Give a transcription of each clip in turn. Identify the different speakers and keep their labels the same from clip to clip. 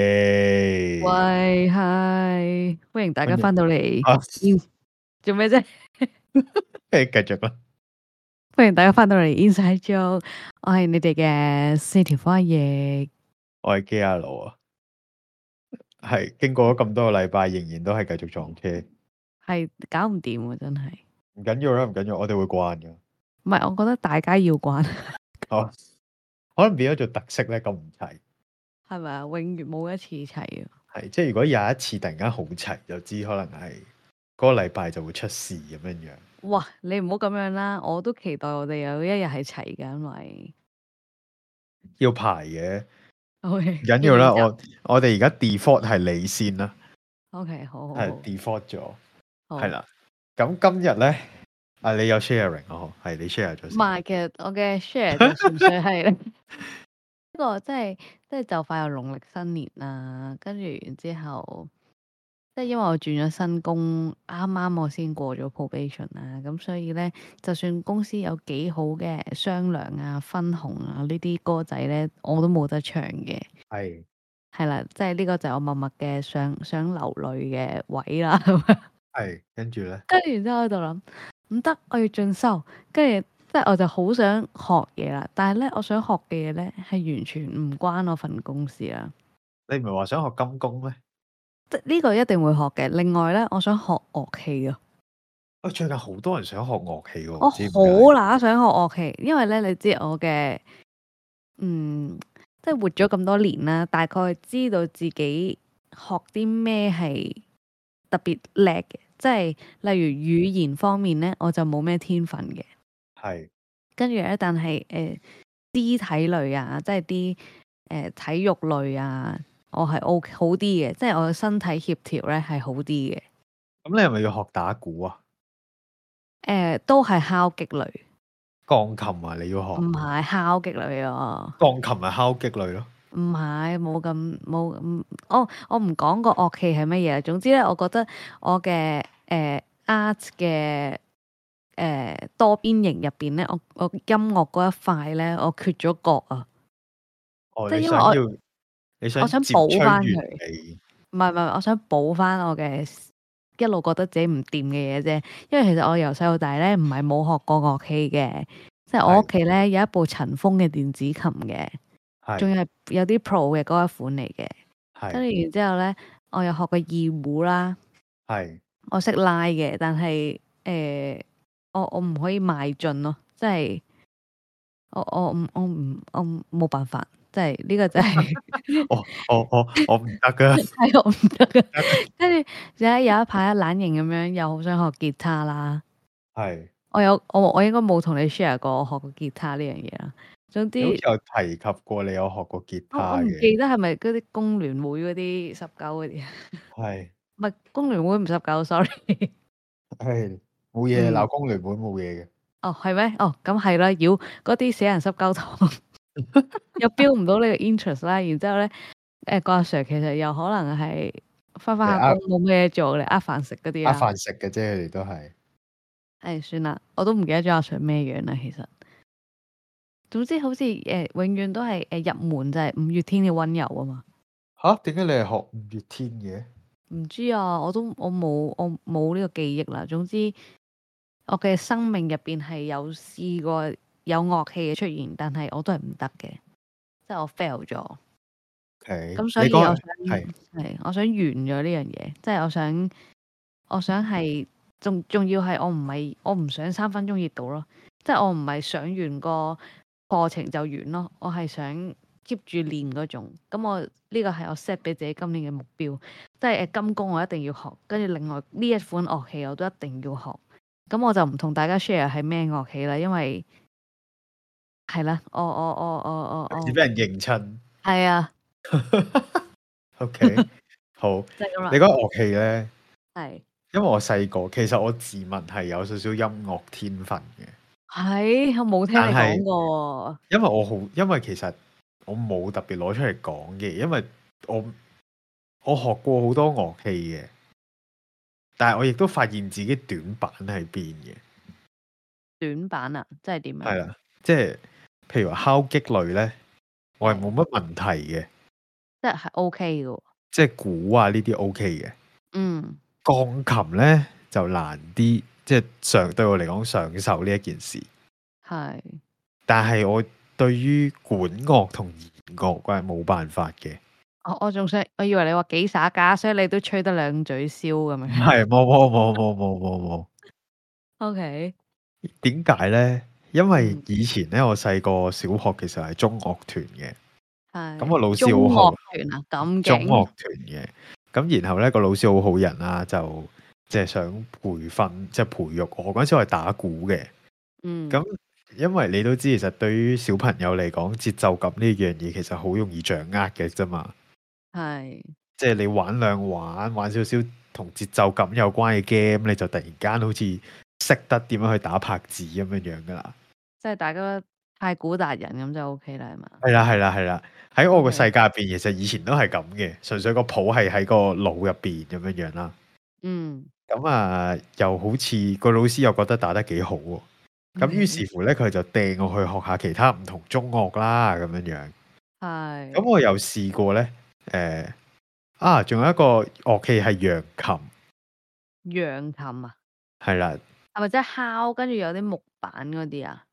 Speaker 1: 喂，
Speaker 2: 喂，係，歡迎大家
Speaker 1: 歡迎
Speaker 2: 翻到嚟。
Speaker 1: 啊，
Speaker 2: 做咩啫？
Speaker 1: 诶，继续啦，
Speaker 2: 歡迎大家翻到嚟 Inside Joke，我係你哋嘅四條花翼。
Speaker 1: 我系基亚奴啊，系经过咗咁多个礼拜，仍然都系继续撞车，唔
Speaker 2: 係搞唔掂喎，真係。
Speaker 1: 紧要啦，唔紧要，我哋会惯噶，
Speaker 2: 唔係，我覺得大家要 慣，
Speaker 1: 好啊，可能变咗做特色咧，咁唔齐，
Speaker 2: 係咪啊？永遠冇一次齊嘅。
Speaker 1: 系即系如果有一次突然间好齐，就知可能系嗰个礼拜就会出事咁样样，
Speaker 2: 哇！你唔好咁樣啦，我都期待我哋有一日係齊嘅，因為
Speaker 1: 要排嘅，
Speaker 2: OK
Speaker 1: 唔紧要啦，
Speaker 2: 練習
Speaker 1: 我我哋而家 default 系你先啦，
Speaker 2: OK 好好
Speaker 1: 系
Speaker 2: 好
Speaker 1: default 咗，
Speaker 2: 好
Speaker 1: 系。啦，咁今日咧，啊你有 sharing 哦，系你 share 咗
Speaker 2: 唔
Speaker 1: 先。
Speaker 2: 係，其實我嘅 share 就純粹係咧，不過即係即係就快又農曆新年啦，跟住然之後，即係因為我轉咗新工，啱啱我先過咗 probation 啦，咁所以咧，就算公司有幾好嘅商量啊、分紅啊呢啲歌仔咧，我都冇得唱嘅。
Speaker 1: 系
Speaker 2: 係啦，即係呢個就係我默默嘅想想流淚嘅位啦。
Speaker 1: 系，跟住咧，
Speaker 2: 跟住然之後喺度諗，唔得，我要進修。跟住即係我就好想學嘢啦，但係咧，我想學嘅嘢咧係完全唔關我份公司啦。
Speaker 1: 你唔系话想学金工咩？
Speaker 2: 即係呢個一定會學嘅。另外咧，我想學樂器啊，
Speaker 1: 啊，最近好多人想學樂器喎，
Speaker 2: 我
Speaker 1: 唔
Speaker 2: 好
Speaker 1: 知啊點
Speaker 2: 乸想學樂器，因為咧你知我嘅嗯，即係活咗咁多年啦，大概知道自己學啲咩係特別叻嘅，即係例如語言方面咧，我就冇咩天分嘅。
Speaker 1: 解，系
Speaker 2: 跟住咧，但係誒、呃、肢體類啊，即係啲誒體育類啊，我係 O 好啲嘅，即係我嘅身體協調咧係好啲嘅。誒、
Speaker 1: 咁你係咪要學打鼓啊？
Speaker 2: 呃都係敲擊類，
Speaker 1: 鋼琴啊，你要學？
Speaker 2: 唔係敲擊類啊，
Speaker 1: 鋼琴係敲擊類咯。
Speaker 2: 唔係冇咁冇咁。我我唔講個樂器係乜嘢啦。總之咧，我覺得我嘅誒、呃 art 嘅。誒、呃、多邊形入邊咧，我我音樂嗰一塊咧，我缺咗角啊！
Speaker 1: 哦，
Speaker 2: 即係
Speaker 1: 你
Speaker 2: 因為
Speaker 1: 想
Speaker 2: 我
Speaker 1: 要，你想
Speaker 2: 我想
Speaker 1: 接
Speaker 2: 補
Speaker 1: 吹
Speaker 2: 返
Speaker 1: 完
Speaker 2: 佢
Speaker 1: 你，
Speaker 2: 唔係唔係，我想補翻我嘅 s- 一路覺得自己唔掂嘅嘢啫。因為其實我由細到大咧，唔係冇學過樂器嘅，即係我
Speaker 1: 係
Speaker 2: 屋企咧有一部塵封嘅電子琴嘅，仲
Speaker 1: 係
Speaker 2: 有係有啲 Pro 嘅嗰一款嚟嘅。跟
Speaker 1: 係
Speaker 2: 住然之後咧，我又學過二胡啦，
Speaker 1: 係
Speaker 2: 我識拉嘅，但係誒、我我唔可以邁進咯，即係我我唔我唔我唔冇辦法，即係呢個就係、
Speaker 1: 我我我我唔得噶，
Speaker 2: 係我唔得嘅。跟住有一有一排啊懶型咁樣，又好想學吉他啦。
Speaker 1: 係
Speaker 2: 我有我我應該冇同你 share 過我學過吉他呢樣嘢啦。總之
Speaker 1: 你好似有提及過你有學過吉
Speaker 2: 我我
Speaker 1: 他
Speaker 2: 唔
Speaker 1: 嘅，
Speaker 2: 記得係咪嗰啲工聯會嗰啲十九嗰啲，啊
Speaker 1: 係
Speaker 2: 唔係工聯會唔十九，sorry。
Speaker 1: 係冇嘢，
Speaker 2: 嗯
Speaker 1: 鬧工聯會冇嘢嘅，
Speaker 2: 哦，係咩？哦，咁係啦，妖嗰啲死人濕鳩糖 又標唔到你嘅 interest 啦。然之後咧，誒個阿 Sir 其實又可能係翻翻
Speaker 1: 嚟
Speaker 2: 下
Speaker 1: 呃
Speaker 2: 工冇咩做嚟呃飯食嗰啲
Speaker 1: 呃
Speaker 2: 啦。
Speaker 1: 飯食嘅啫，佢哋都係
Speaker 2: 唉，算啦，我都唔記得咗阿 Sir 咩樣啦。其實，總之好似誒、呃永遠都係誒、呃入門就係五月天嘅温柔啊嘛。
Speaker 1: 吓？點解你係學五月天嘅？
Speaker 2: 唔知啊，我都我冇我冇呢個記憶啦。總之，我嘅生命入邊係有試過有樂器嘅出現，但係我都係唔得嘅，即係我 fail 咗。
Speaker 1: OK，
Speaker 2: 咁所
Speaker 1: 你
Speaker 2: 以我
Speaker 1: 講啊
Speaker 2: 想
Speaker 1: 係
Speaker 2: 係我想完咗呢樣嘢，即係我想我想係仲仲要係我唔係我唔想三分鐘熱度咯，即係我唔係上完個課程就完咯，我係想 keep 住練嗰種。咁我呢個係我 set 俾自己今年嘅目標，即係誒金工我一定要學，跟住另外呢一款樂器我都一定要學。咁我就唔同大家 share 係咩樂器啦，因為係啦，我我我我我
Speaker 1: 有時
Speaker 2: 我
Speaker 1: 俾人認親。
Speaker 2: 係啊，
Speaker 1: O K，好。
Speaker 2: 就係咁
Speaker 1: 你
Speaker 2: 啦，
Speaker 1: 講樂器咧，
Speaker 2: 係
Speaker 1: 因為我細個其實我自問係有少少音樂天分嘅，
Speaker 2: 係，我冇聽
Speaker 1: 但
Speaker 2: 你
Speaker 1: 係
Speaker 2: 講過
Speaker 1: 因為我好，因為其實我冇特別攞出嚟講嘅，因為我我學過好多樂器嘅，但係我亦都發現自己短板喺邊嘅，
Speaker 2: 短板啊，即係點樣？
Speaker 1: 係啦，即係譬如話敲擊類咧，我係冇乜問題嘅，
Speaker 2: 即係 OK 嘅喎。
Speaker 1: 即係鼓啊呢啲 O K 嘅。
Speaker 2: 嗯
Speaker 1: 鋼琴咧就難啲，即係上對我嚟講上手呢一件事。
Speaker 2: 係
Speaker 1: 但係我對於管樂同弦樂我係冇辦法嘅。
Speaker 2: 我我仲想，我以為你話幾耍家，所以你都吹得兩嘴燒咁樣。
Speaker 1: 係冇冇冇冇冇冇
Speaker 2: O K，
Speaker 1: 冇。點解咧？因為
Speaker 2: 嗯
Speaker 1: 以前咧，我細個小學其實係中樂團嘅，
Speaker 2: 係。
Speaker 1: 咁個老師
Speaker 2: 中
Speaker 1: 好好，
Speaker 2: 樂團啊，咁
Speaker 1: 嗯中
Speaker 2: 勁。
Speaker 1: 樂團嘅。咁然後咧，個老師好好人啦，就即係想培訓，即係培育我。嗰陣時我係打鼓嘅。
Speaker 2: 嗯，
Speaker 1: 咁因為你都知，其實對於小朋友嚟講，節奏感呢樣嘢其實好容易掌握嘅啫嘛。
Speaker 2: 係
Speaker 1: 即係你玩兩玩，玩少少同節奏感有關嘅 game，你就突然間好似識得點樣去打拍子咁樣樣噶啦。
Speaker 2: 即係大家太古達人咁就 O K 啦，係嘛？
Speaker 1: 係啦，係啦，係啦。喺我個
Speaker 2: OK
Speaker 1: 世界入邊，其實以前都係咁嘅，純粹個譜係喺個腦入邊咁樣樣啦。
Speaker 2: 嗯，
Speaker 1: 咁啊，又好似個老師又覺得打得幾好喎。咁
Speaker 2: 嗯
Speaker 1: 於是乎咧，佢就掟我去學下其他唔同中樂啦，咁樣樣。
Speaker 2: 係
Speaker 1: 咁我有試過咧，誒、啊，仲有一個樂器係揚琴，
Speaker 2: 揚琴啊，
Speaker 1: 係啦，誒、
Speaker 2: 係咪即係敲跟住有啲木板嗰啲啊？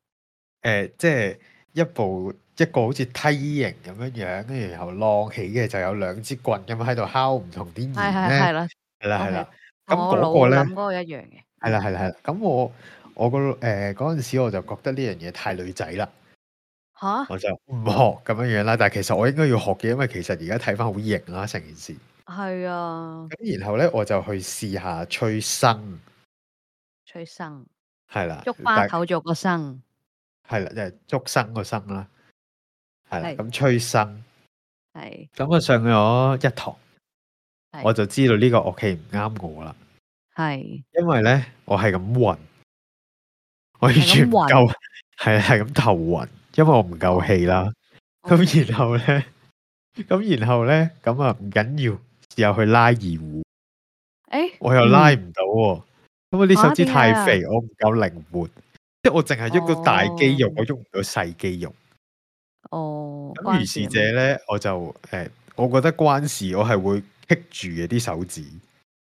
Speaker 1: 即係一部一個好似梯形咁樣樣，跟住然後晾起嘅就有兩支棍咁喺度敲唔同啲
Speaker 2: 係
Speaker 1: 弦
Speaker 2: 係
Speaker 1: 咧
Speaker 2: 係，啦，
Speaker 1: 係啦係啦，嗯咁
Speaker 2: OK 同我
Speaker 1: 嗰
Speaker 2: 老
Speaker 1: 個咧
Speaker 2: 諗嗰個一樣嘅。
Speaker 1: 係啦係啦係啦，咁我我個誒嗰陣時我就覺得呢樣嘢太女仔啦，
Speaker 2: 吓
Speaker 1: 我就唔學咁樣樣啦，但係其實我應該要學嘅，因為其實而家睇翻好型啦成件事。
Speaker 2: 係啊，
Speaker 1: 咁然後咧我就去試下吹笙，
Speaker 2: 吹笙，
Speaker 1: 係啦，
Speaker 2: 捉
Speaker 1: 啊但
Speaker 2: 花頭做個笙，
Speaker 1: 係啦，即係竹笙個笙啦，係啦，
Speaker 2: 係
Speaker 1: 咁吹笙，
Speaker 2: 係
Speaker 1: 咁啊上咗一堂，
Speaker 2: 係
Speaker 1: 我就知道呢個樂器唔啱我啦，
Speaker 2: 係
Speaker 1: 因為咧我係咁暈，我完
Speaker 2: 係咁
Speaker 1: 全唔
Speaker 2: 暈
Speaker 1: 夠，係係咁頭暈，因為我唔夠氣啦。
Speaker 2: 哦
Speaker 1: 咁然後咧，咁然後咧，咁啊唔緊要，又去拉二胡，
Speaker 2: 誒，
Speaker 1: 我又拉唔到喎，因為啲手指太肥，我唔夠靈活，即係我淨係喐到大肌肉
Speaker 2: 哦，
Speaker 1: 我喐唔到細肌肉。
Speaker 2: 哦，
Speaker 1: 咁
Speaker 2: 關
Speaker 1: 如
Speaker 2: 事
Speaker 1: 是
Speaker 2: 啊
Speaker 1: 者咧，我就誒、呃我覺得關事，我係會棘住嘅啲手指，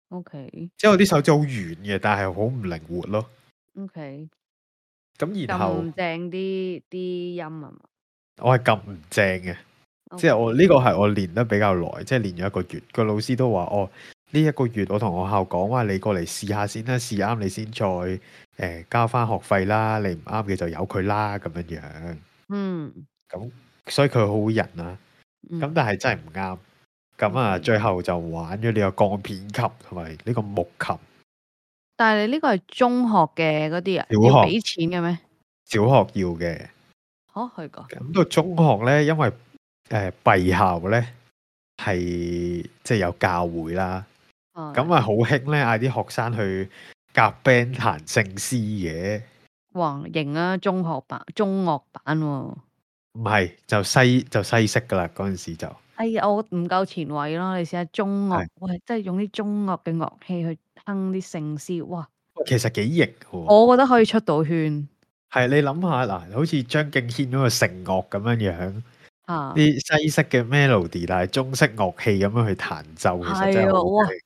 Speaker 2: O K
Speaker 1: 即係我啲手指好軟嘅，但係好唔靈活咯。
Speaker 2: O K，
Speaker 1: 咁然後
Speaker 2: 咁正啲啲音啊嘛，
Speaker 1: 我係撳唔正嘅，即係
Speaker 2: OK
Speaker 1: 我呢、個係我練得比較耐，即係練咗一個月。個老師都話哦，呢、一個月我同學校講話，你過嚟試下先啦，試啱你先再誒、呃交翻學費啦，你唔啱嘅就由佢啦咁樣樣。
Speaker 2: 嗯
Speaker 1: 所以佢好人啦、
Speaker 2: 嗯
Speaker 1: 咁但係真係唔啱。咁啊，
Speaker 2: OK
Speaker 1: 最後就玩咗呢個鋼片琴同埋呢個木琴。
Speaker 2: 但係你呢個係中學嘅嗰啲啊，
Speaker 1: 小
Speaker 2: 要
Speaker 1: 學
Speaker 2: 俾錢嘅咩？
Speaker 1: 小學要嘅，
Speaker 2: 哦，去過，
Speaker 1: 咁到中學咧，因為誒、呃、閉校咧係即係有教會啦，
Speaker 2: 哦
Speaker 1: 咁啊好興咧嗌啲學生去夾 band 彈聖詩嘅，
Speaker 2: 哇，型啊，中學版、中樂版喎。
Speaker 1: 唔係就西就西式噶啦嗰陣時就
Speaker 2: 哎呀，我唔夠前衛咯，你試下中樂
Speaker 1: 係，
Speaker 2: 喂，即係用啲中樂嘅樂器去哼啲聖詩，哇！
Speaker 1: 其實幾型嘅喎，
Speaker 2: 我覺得可以出到圈
Speaker 1: 係你諗下嗱，好似張敬軒嗰個聖樂咁樣樣，
Speaker 2: 啊，
Speaker 1: 啲西式嘅 melody，但係中式樂器咁樣去彈奏，其實真係
Speaker 2: 係啊
Speaker 1: 好
Speaker 2: 哇
Speaker 1: 正。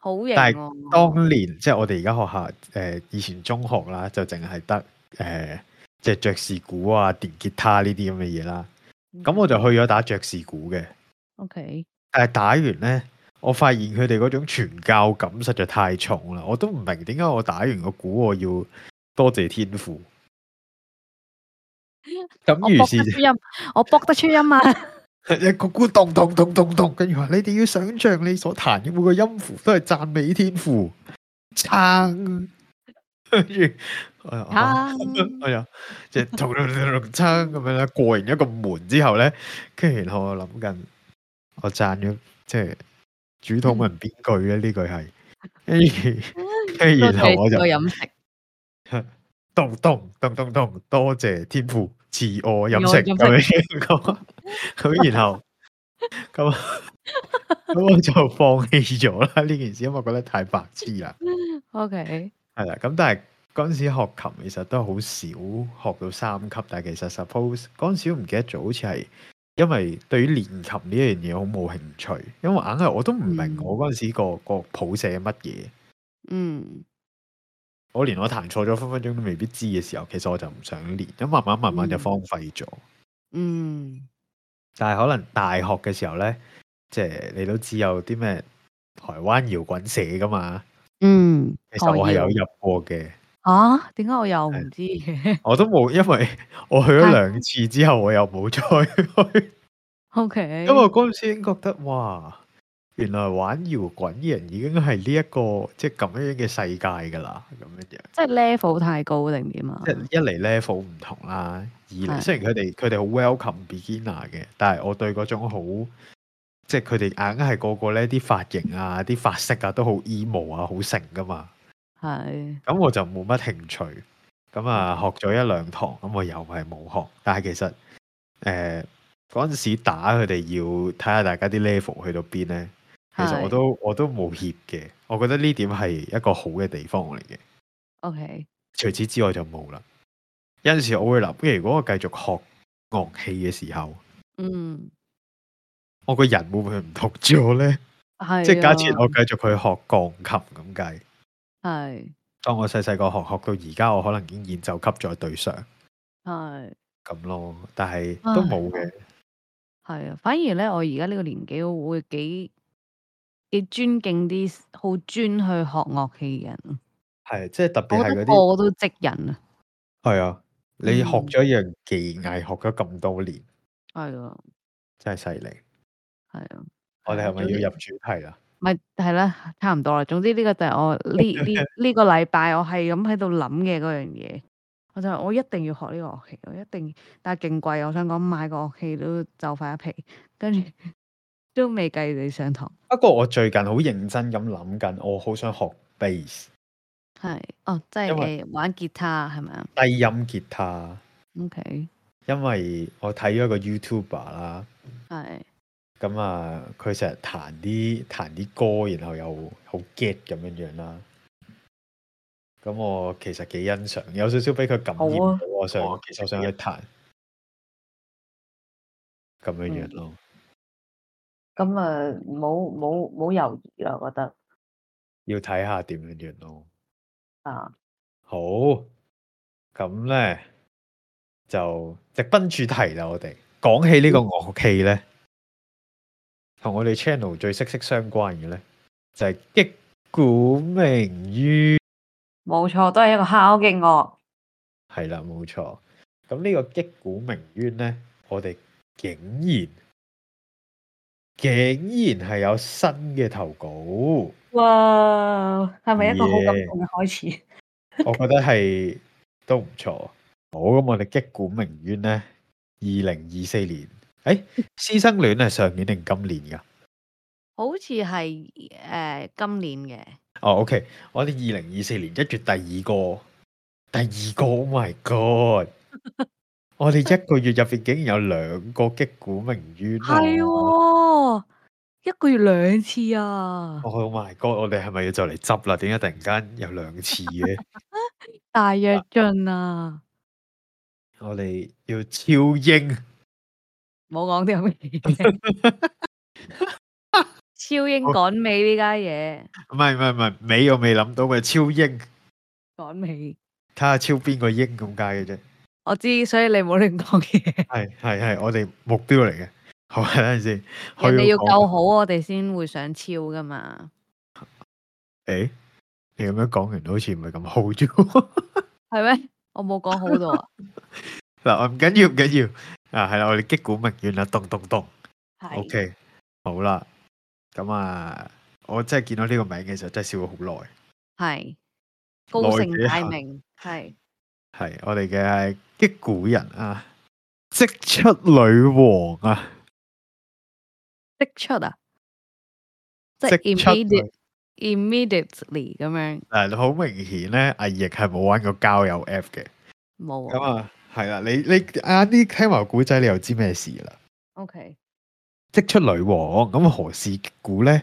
Speaker 2: 好型
Speaker 1: 但係
Speaker 2: 喎！
Speaker 1: 當年即係我哋而家學校誒、呃以前中學啦，就淨係得誒即係爵士鼓啊、電吉他呢啲咁嘅嘢啦。咁我就去咗打爵士鼓嘅，
Speaker 2: 嗯 OK，
Speaker 1: 但係打完呢，我發現佢哋嗰種傳教感實在太重啦，我都唔明點解我打完個鼓我要多謝天父。
Speaker 2: 我
Speaker 1: 咁於
Speaker 2: 卜得出
Speaker 1: 是
Speaker 2: 音， 我卜得出音啊！
Speaker 1: 一個鼓咚咚咚咚咚，跟住話你哋要想象你所彈嘅每個音符都係讚美天父，撐，跟住我又啊
Speaker 2: 啊，
Speaker 1: 哎呀，即系同同同撐咁樣啦。過完一個門之後咧，跟住然後我諗緊，我讚咗即係主禱文邊句咧？呢句係，跟住跟住然後我就
Speaker 2: 多謝你飲食，
Speaker 1: 咚咚咚咚咚，多謝天父賜我飲
Speaker 2: 賜我
Speaker 1: 食
Speaker 2: 飲
Speaker 1: 咁樣講，咁然後咁咁我就放棄咗啦呢件事，因為我覺得太白痴啦。
Speaker 2: OK，
Speaker 1: 係啦，咁但係嗰陣時學琴其實都好少學到三級，但係其實 suppose 嗰陣時都唔記得咗，好似係因為對於練琴呢樣嘢好冇興趣，因為硬係我都唔明
Speaker 2: 嗯
Speaker 1: 我嗰陣時個個譜寫乜嘢，
Speaker 2: 嗯
Speaker 1: 我連我彈錯咗分分鐘都未必知嘅時候，其實我就唔想練，咁慢慢慢慢就
Speaker 2: 嗯
Speaker 1: 荒廢咗。
Speaker 2: 嗯
Speaker 1: 但係可能大學嘅時候呢，即係你都知有啲咩台灣搖滾社噶嘛，
Speaker 2: 嗯，
Speaker 1: 其實我係有
Speaker 2: 可以
Speaker 1: 入過嘅，
Speaker 2: 啊？點解我又唔知嘅
Speaker 1: 我都冇，因為 我去咗
Speaker 2: 但
Speaker 1: 兩次之後，我又冇再去，
Speaker 2: ？O K，
Speaker 1: 因為我嗰陣時已經覺得哇，原來玩搖滾嘅人已經係呢一個即係咁樣嘅世界㗎啦，咁樣樣。
Speaker 2: 即係 level 太高定點啊
Speaker 1: 即？係一嚟 level 唔同啦，二嚟
Speaker 2: 係
Speaker 1: 雖然佢哋佢哋好 welcome beginner 嘅，但係我對嗰種好即係佢哋硬係個個咧啲髮型啊、啲髮色啊都好 emo 啊、好成噶嘛，
Speaker 2: 係
Speaker 1: 咁我就冇乜興趣。咁
Speaker 2: 嗯
Speaker 1: 啊，學咗一兩堂，咁我又係冇學，但係其實誒嗰陣時打佢哋要睇下大家啲 level 去到邊咧，其實我
Speaker 2: 係
Speaker 1: 都我都冇怯嘅，我覺得呢點係一個好嘅地方嚟嘅。
Speaker 2: O K，
Speaker 1: 除此之外就冇啦。有陣時我會諗，咦如果我繼續學樂器嘅時候，
Speaker 2: 嗯，
Speaker 1: 我個人會唔會唔同咗呢？
Speaker 2: 係
Speaker 1: 即係假設
Speaker 2: 啊
Speaker 1: 我繼續去學鋼琴咁計，
Speaker 2: 係
Speaker 1: 當我細細個學學到而家，我可能已經演奏級咗對上
Speaker 2: 係
Speaker 1: 咁咯。但係
Speaker 2: 啊
Speaker 1: 都冇嘅，
Speaker 2: 係啊！反而咧，我而家呢個年紀，我會幾幾尊敬啲好專去學樂器嘅人，
Speaker 1: 係即係特別
Speaker 2: 我
Speaker 1: 係
Speaker 2: 覺
Speaker 1: 嗰
Speaker 2: 得
Speaker 1: 啲
Speaker 2: 個都職人啊，
Speaker 1: 係啊。你學
Speaker 2: 嗯
Speaker 1: 咗一樣技藝，學咗咁多年，
Speaker 2: 係啊
Speaker 1: 真係犀利。
Speaker 2: 係啊，
Speaker 1: 我哋係
Speaker 2: 總
Speaker 1: 咪
Speaker 2: 之
Speaker 1: 要入主題啦？
Speaker 2: 咪係啦，差唔多啦。總之呢個就係我呢 呢呢個禮拜我係咁喺度諗嘅嗰樣嘢。我就話我一定要學呢個樂器，我一定，但係勁貴。我想講買個樂器都就快一皮，跟住 都未計你 上堂。
Speaker 1: 不過我最近好認真咁諗緊，我好想學 bass
Speaker 2: 係哦，即係
Speaker 1: 因為
Speaker 2: 誒玩吉他係咪啊
Speaker 1: 低音吉他。
Speaker 2: ？OK，
Speaker 1: 因為我睇咗一個 YouTuber 啦，
Speaker 2: 係
Speaker 1: 咁啊佢成日彈啲彈啲歌，然後又好 get 咁樣樣啦。咁我其實幾欣賞，有少少俾佢感染
Speaker 2: 好啊
Speaker 1: 到，我想
Speaker 3: 好啊
Speaker 1: 其實我想去彈咁樣樣咯。
Speaker 3: 嗯咁啊，冇冇冇猶豫啦，我覺得
Speaker 1: 要睇下點樣樣咯。
Speaker 3: 啊，
Speaker 1: 好，咁咧就直奔主題啦。我哋講起呢個樂器咧，同我哋 channel 最息息相關嘅咧，就係擊鼓鳴冤。
Speaker 3: 冇錯，都係一個敲擊樂。
Speaker 1: 係啦，冇錯。咁呢個擊鼓鳴冤咧，我哋竟然竟然係有新嘅投稿，我
Speaker 3: 哇，係咪一個好感
Speaker 1: Yeah
Speaker 3: 動嘅開始？
Speaker 1: 覺得係都唔錯。好，咁我哋擊鼓鳴冤咧，二零二四年，誒，師生戀係上年定今年㗎？
Speaker 2: 好似係誒今年嘅，
Speaker 1: 哦，OK，我哋二零二四年一月第二個，第二個，Oh my God！我哋一個月入邊竟然有兩個擊鼓鳴冤啊，
Speaker 2: 係喎，一個月兩次啊，
Speaker 1: Oh my god！我哋係咪要就嚟執啦？點解突然間有兩次嘅？
Speaker 2: 大躍進啊！
Speaker 1: 我哋要超英，
Speaker 2: 冇講啲咁嘅嘢。超英
Speaker 1: 好
Speaker 2: 趕美呢家嘢，
Speaker 1: 唔係唔係唔係，尾我未諗到嘅超英，
Speaker 2: 趕美，
Speaker 1: 睇下超邊個英咁解嘅啫。
Speaker 2: 我知，所以你冇亂講 嘢。
Speaker 1: 係係係，我哋目標嚟嘅。好，等陣先。
Speaker 2: 人哋要
Speaker 1: 去到
Speaker 2: 夠好，我哋先會想超噶 嘛。
Speaker 1: 講誒，你咁樣講完好似唔係咁好 啫。
Speaker 2: 係咩？我冇講好到 啊。
Speaker 1: 嗱，唔緊要唔緊要啊，係啦，我哋擊鼓鳴冤啦，咚咚咚。
Speaker 2: 係
Speaker 1: OK，好啦，咁啊，我真係見到呢個名嘅時候，真係笑咗好耐。
Speaker 2: 係高
Speaker 1: 內
Speaker 2: 盛
Speaker 1: 幾
Speaker 2: 大
Speaker 1: 行
Speaker 2: 名係
Speaker 1: 系我哋嘅擊鼓人啊，即出女王啊，
Speaker 2: 即出啊，即係
Speaker 1: 即出
Speaker 2: immediate immediately 咁樣
Speaker 1: 嗱，好明顯咧，阿奕係冇玩過交友 app 嘅，
Speaker 2: 冇
Speaker 1: 咁
Speaker 2: 啊。
Speaker 1: 啊，係啦，你你晏啲聽埋古仔，你又知咩事啦。
Speaker 2: OK，
Speaker 1: 即出女王，咁何事擊鼓咧？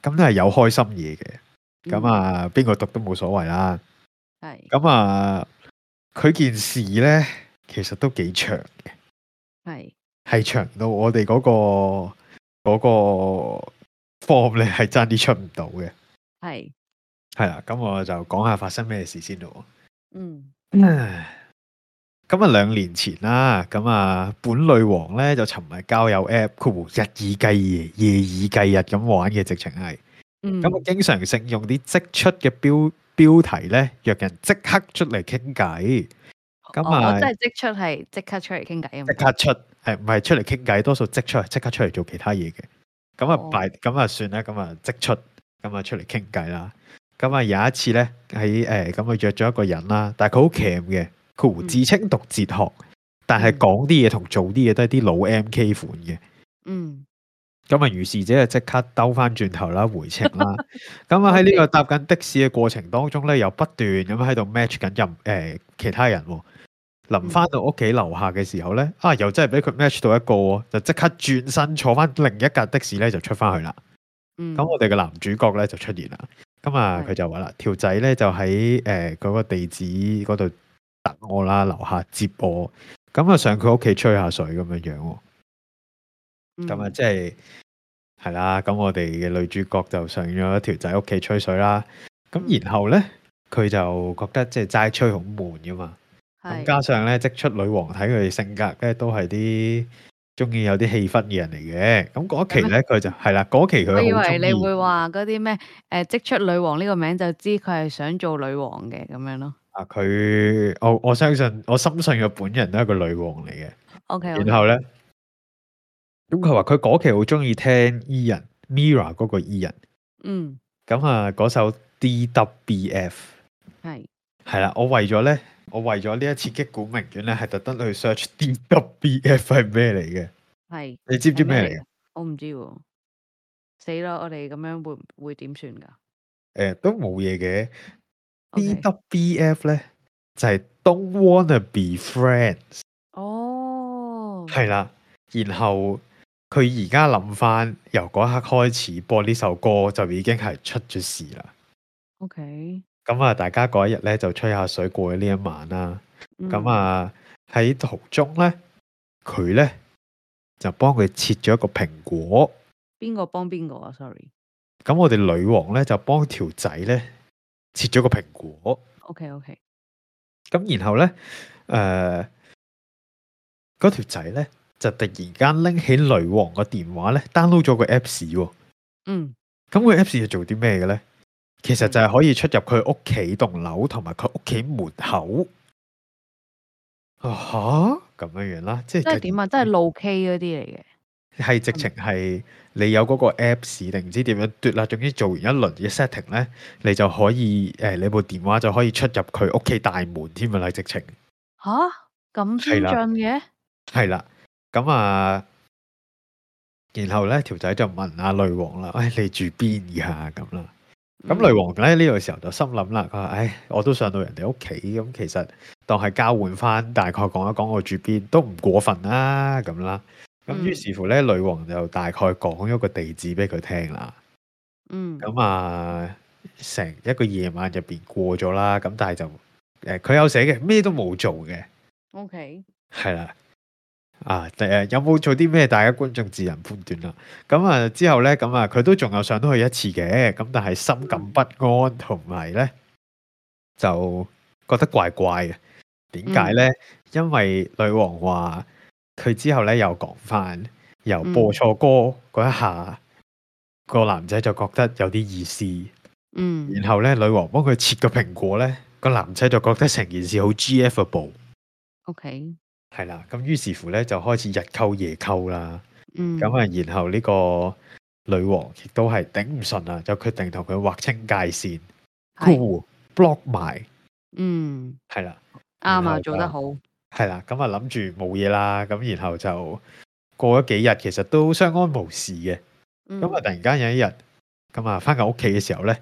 Speaker 1: 咁都係有開心嘢嘅，咁
Speaker 2: 嗯
Speaker 1: 啊，邊個讀都冇所謂啦。
Speaker 2: 係
Speaker 1: 咁啊，佢件事咧，其實都幾長嘅，
Speaker 2: 係
Speaker 1: 係長到我哋嗰、個嗰、個 form 咧係爭啲出唔到嘅。
Speaker 2: 係，
Speaker 1: 係啦，咁我就講下發生咩事先咯。
Speaker 2: 嗯，
Speaker 1: 唉咁啊，兩年前啦，咁啊，本女王咧就沉迷交友 app，括弧日以繼夜、夜以繼日咁玩嘅，直情係。
Speaker 2: 嗯，
Speaker 1: 咁啊，經常性用啲即出嘅標標題咧，約人即刻出嚟傾偈。咁
Speaker 2: 哦我我
Speaker 1: 啊，
Speaker 2: 真係即出係即刻出嚟傾偈啊
Speaker 1: 即
Speaker 2: 咁。
Speaker 1: 刻出，係唔係出嚟傾偈？多數即出，即刻出嚟做其他嘢嘅。咁
Speaker 2: 哦
Speaker 1: 啊，拜，咁啊算啦，咁啊即出，咁啊出嚟傾偈啦。咁啊有一次咧，喺誒咁啊約咗一個人啦，但係佢好 cam 嘅，佢胡
Speaker 2: 嗯
Speaker 1: 自稱讀哲學，但係
Speaker 2: 嗯
Speaker 1: 講啲嘢同做啲嘢都係啲老 MK 款嘅。
Speaker 2: 嗯，
Speaker 1: 咁啊，如是者就即刻兜翻轉頭啦，回程 啦。咁啊喺呢個搭緊的士嘅過程當中咧，又不斷咁喺度 match 緊任誒其他人喎。臨翻到屋企樓下嘅時候
Speaker 2: 嗯
Speaker 1: 咧，啊又真係俾佢 match 到一個喎，就即刻轉身坐翻另一架的士咧就出翻去啦。
Speaker 2: 嗯，
Speaker 1: 咁我哋嘅男主角咧就出現啦。咁啊，
Speaker 2: 係
Speaker 1: 佢就話啦，條仔咧就喺誒嗰個地址嗰度等我啦，樓下接我。咁啊，上佢屋企吹下水咁樣樣喎。咁啊，
Speaker 2: 嗯
Speaker 1: 即係係啦。咁我哋嘅女主角就上咗條仔屋企吹水啦。
Speaker 2: 嗯
Speaker 1: 咁然後咧，佢就覺得即係齋吹好悶噶嘛。咁
Speaker 2: 嗯係
Speaker 1: 加上咧，即出女王睇佢哋性格咧，都係啲中意有啲氣氛嘅人嚟嘅。咁嗰期咧，佢就係啦，嗰期佢
Speaker 2: 我以
Speaker 1: 好
Speaker 2: 為
Speaker 1: 中
Speaker 2: 你
Speaker 1: 意
Speaker 2: 會話嗰啲咩誒即出女王呢個名就知佢係想做女王嘅咁樣咯。
Speaker 1: 啊，佢我我相信我深信佢本人都係個女王嚟嘅。
Speaker 2: O K，
Speaker 1: 然後咧，咁佢話佢嗰期好中意聽 E 人 Mira 嗰個 E 人。
Speaker 2: 嗯
Speaker 1: 咁啊，嗰首 DWF
Speaker 2: 係
Speaker 1: 係啦，我為咗咧，我為咗呢一次擊鼓鳴冤咧，係特登去 search DWF 係咩嚟嘅？
Speaker 2: 係，
Speaker 1: 你知唔知咩嚟
Speaker 2: 係
Speaker 1: 嘅？
Speaker 2: 嚟
Speaker 1: 誒、
Speaker 2: 我唔知喎。死啦！我哋咁樣會唔會點算㗎
Speaker 1: 都冇嘢嘅。
Speaker 2: ？OK
Speaker 1: DWF 咧就係、Don't wanna be friends
Speaker 2: 哦，
Speaker 1: 係啦，然後佢而家諗翻，由嗰一刻開始播呢首歌就已經係出咗事啦。
Speaker 2: O K，
Speaker 1: 咁啊，大家嗰一日咧就吹下水過咗呢一晚啦。
Speaker 2: 嗯
Speaker 1: 咁，啊喺途中咧，佢咧就幫佢切咗一個蘋果。
Speaker 2: 邊個幫邊個啊？Sorry。
Speaker 1: 咁我哋女王咧就幫條仔咧切咗個蘋果。
Speaker 2: O K O K，
Speaker 1: 咁然後咧，誒嗰條仔咧就突然間拎起女王個電話咧 download 咗個 Apps 喎。
Speaker 2: 嗯
Speaker 1: 咁個 Apps 係做啲咩嘅咧？其實就係可以出入佢屋企棟樓同埋佢屋企門口。啊吓咁樣樣啦，即係嗯
Speaker 2: 即係點啊？即係路 K 嗰啲嚟嘅。
Speaker 1: 係直情係你有嗰個 Apps 定唔知點樣嘟啦，總之做完一輪嘅 setting 咧，你就可以誒、你部電話就可以出入佢屋企大門添啊啦，直情
Speaker 2: 吓咁先
Speaker 1: 係啦
Speaker 2: 進嘅？
Speaker 1: 係啦，咁啊，然後咧條仔就問阿女王啦，喂、你住邊㗎咁啦？咁
Speaker 2: 嗯
Speaker 1: 女王咧呢個時候就心諗啦，佢話：，唉，我都上到人哋屋企，咁其實當係交換翻，大概講一講我住邊，都唔過分啦，咁啦。咁
Speaker 2: 嗯
Speaker 1: 於是乎咧，女王就大概講咗個地址俾佢聽啦。
Speaker 2: 嗯
Speaker 1: 咁啊，成一個夜晚入邊過咗啦，咁但係就誒，佢、有寫嘅，咩都冇做嘅，
Speaker 2: O K，
Speaker 1: 係啦。啊，誒、有冇做啲咩？大家觀眾自行判斷啦。咁啊之後咧，咁啊佢都仲有上到去一次嘅，咁但係心感不安，同埋咧就覺得怪怪嘅。點解咧？因為女王話佢之後咧又講翻，由播錯歌嗰一下，個男仔就覺得有啲意思。
Speaker 2: 嗯
Speaker 1: 然後咧，女王幫佢切個蘋果咧，個男仔就覺得成件事好 GFable。
Speaker 2: ，O K，
Speaker 1: 係啦，咁於是乎咧就開始日溝夜溝啦。
Speaker 2: 嗯，
Speaker 1: 咁啊，然後呢個女王亦都係頂唔順啦，就決定同佢劃清界線
Speaker 2: 係，
Speaker 1: ，cool block 埋，
Speaker 2: 嗯，
Speaker 1: 係啦，然
Speaker 2: 啱啊，
Speaker 1: 後
Speaker 2: 做
Speaker 1: 就
Speaker 2: 得好，
Speaker 1: 係啦，咁啊諗住冇嘢啦，咁然後就過咗幾日，其實都相安無事嘅。
Speaker 2: 嗯
Speaker 1: 咁啊，突然間有一日，咁啊翻緊屋企嘅時候咧，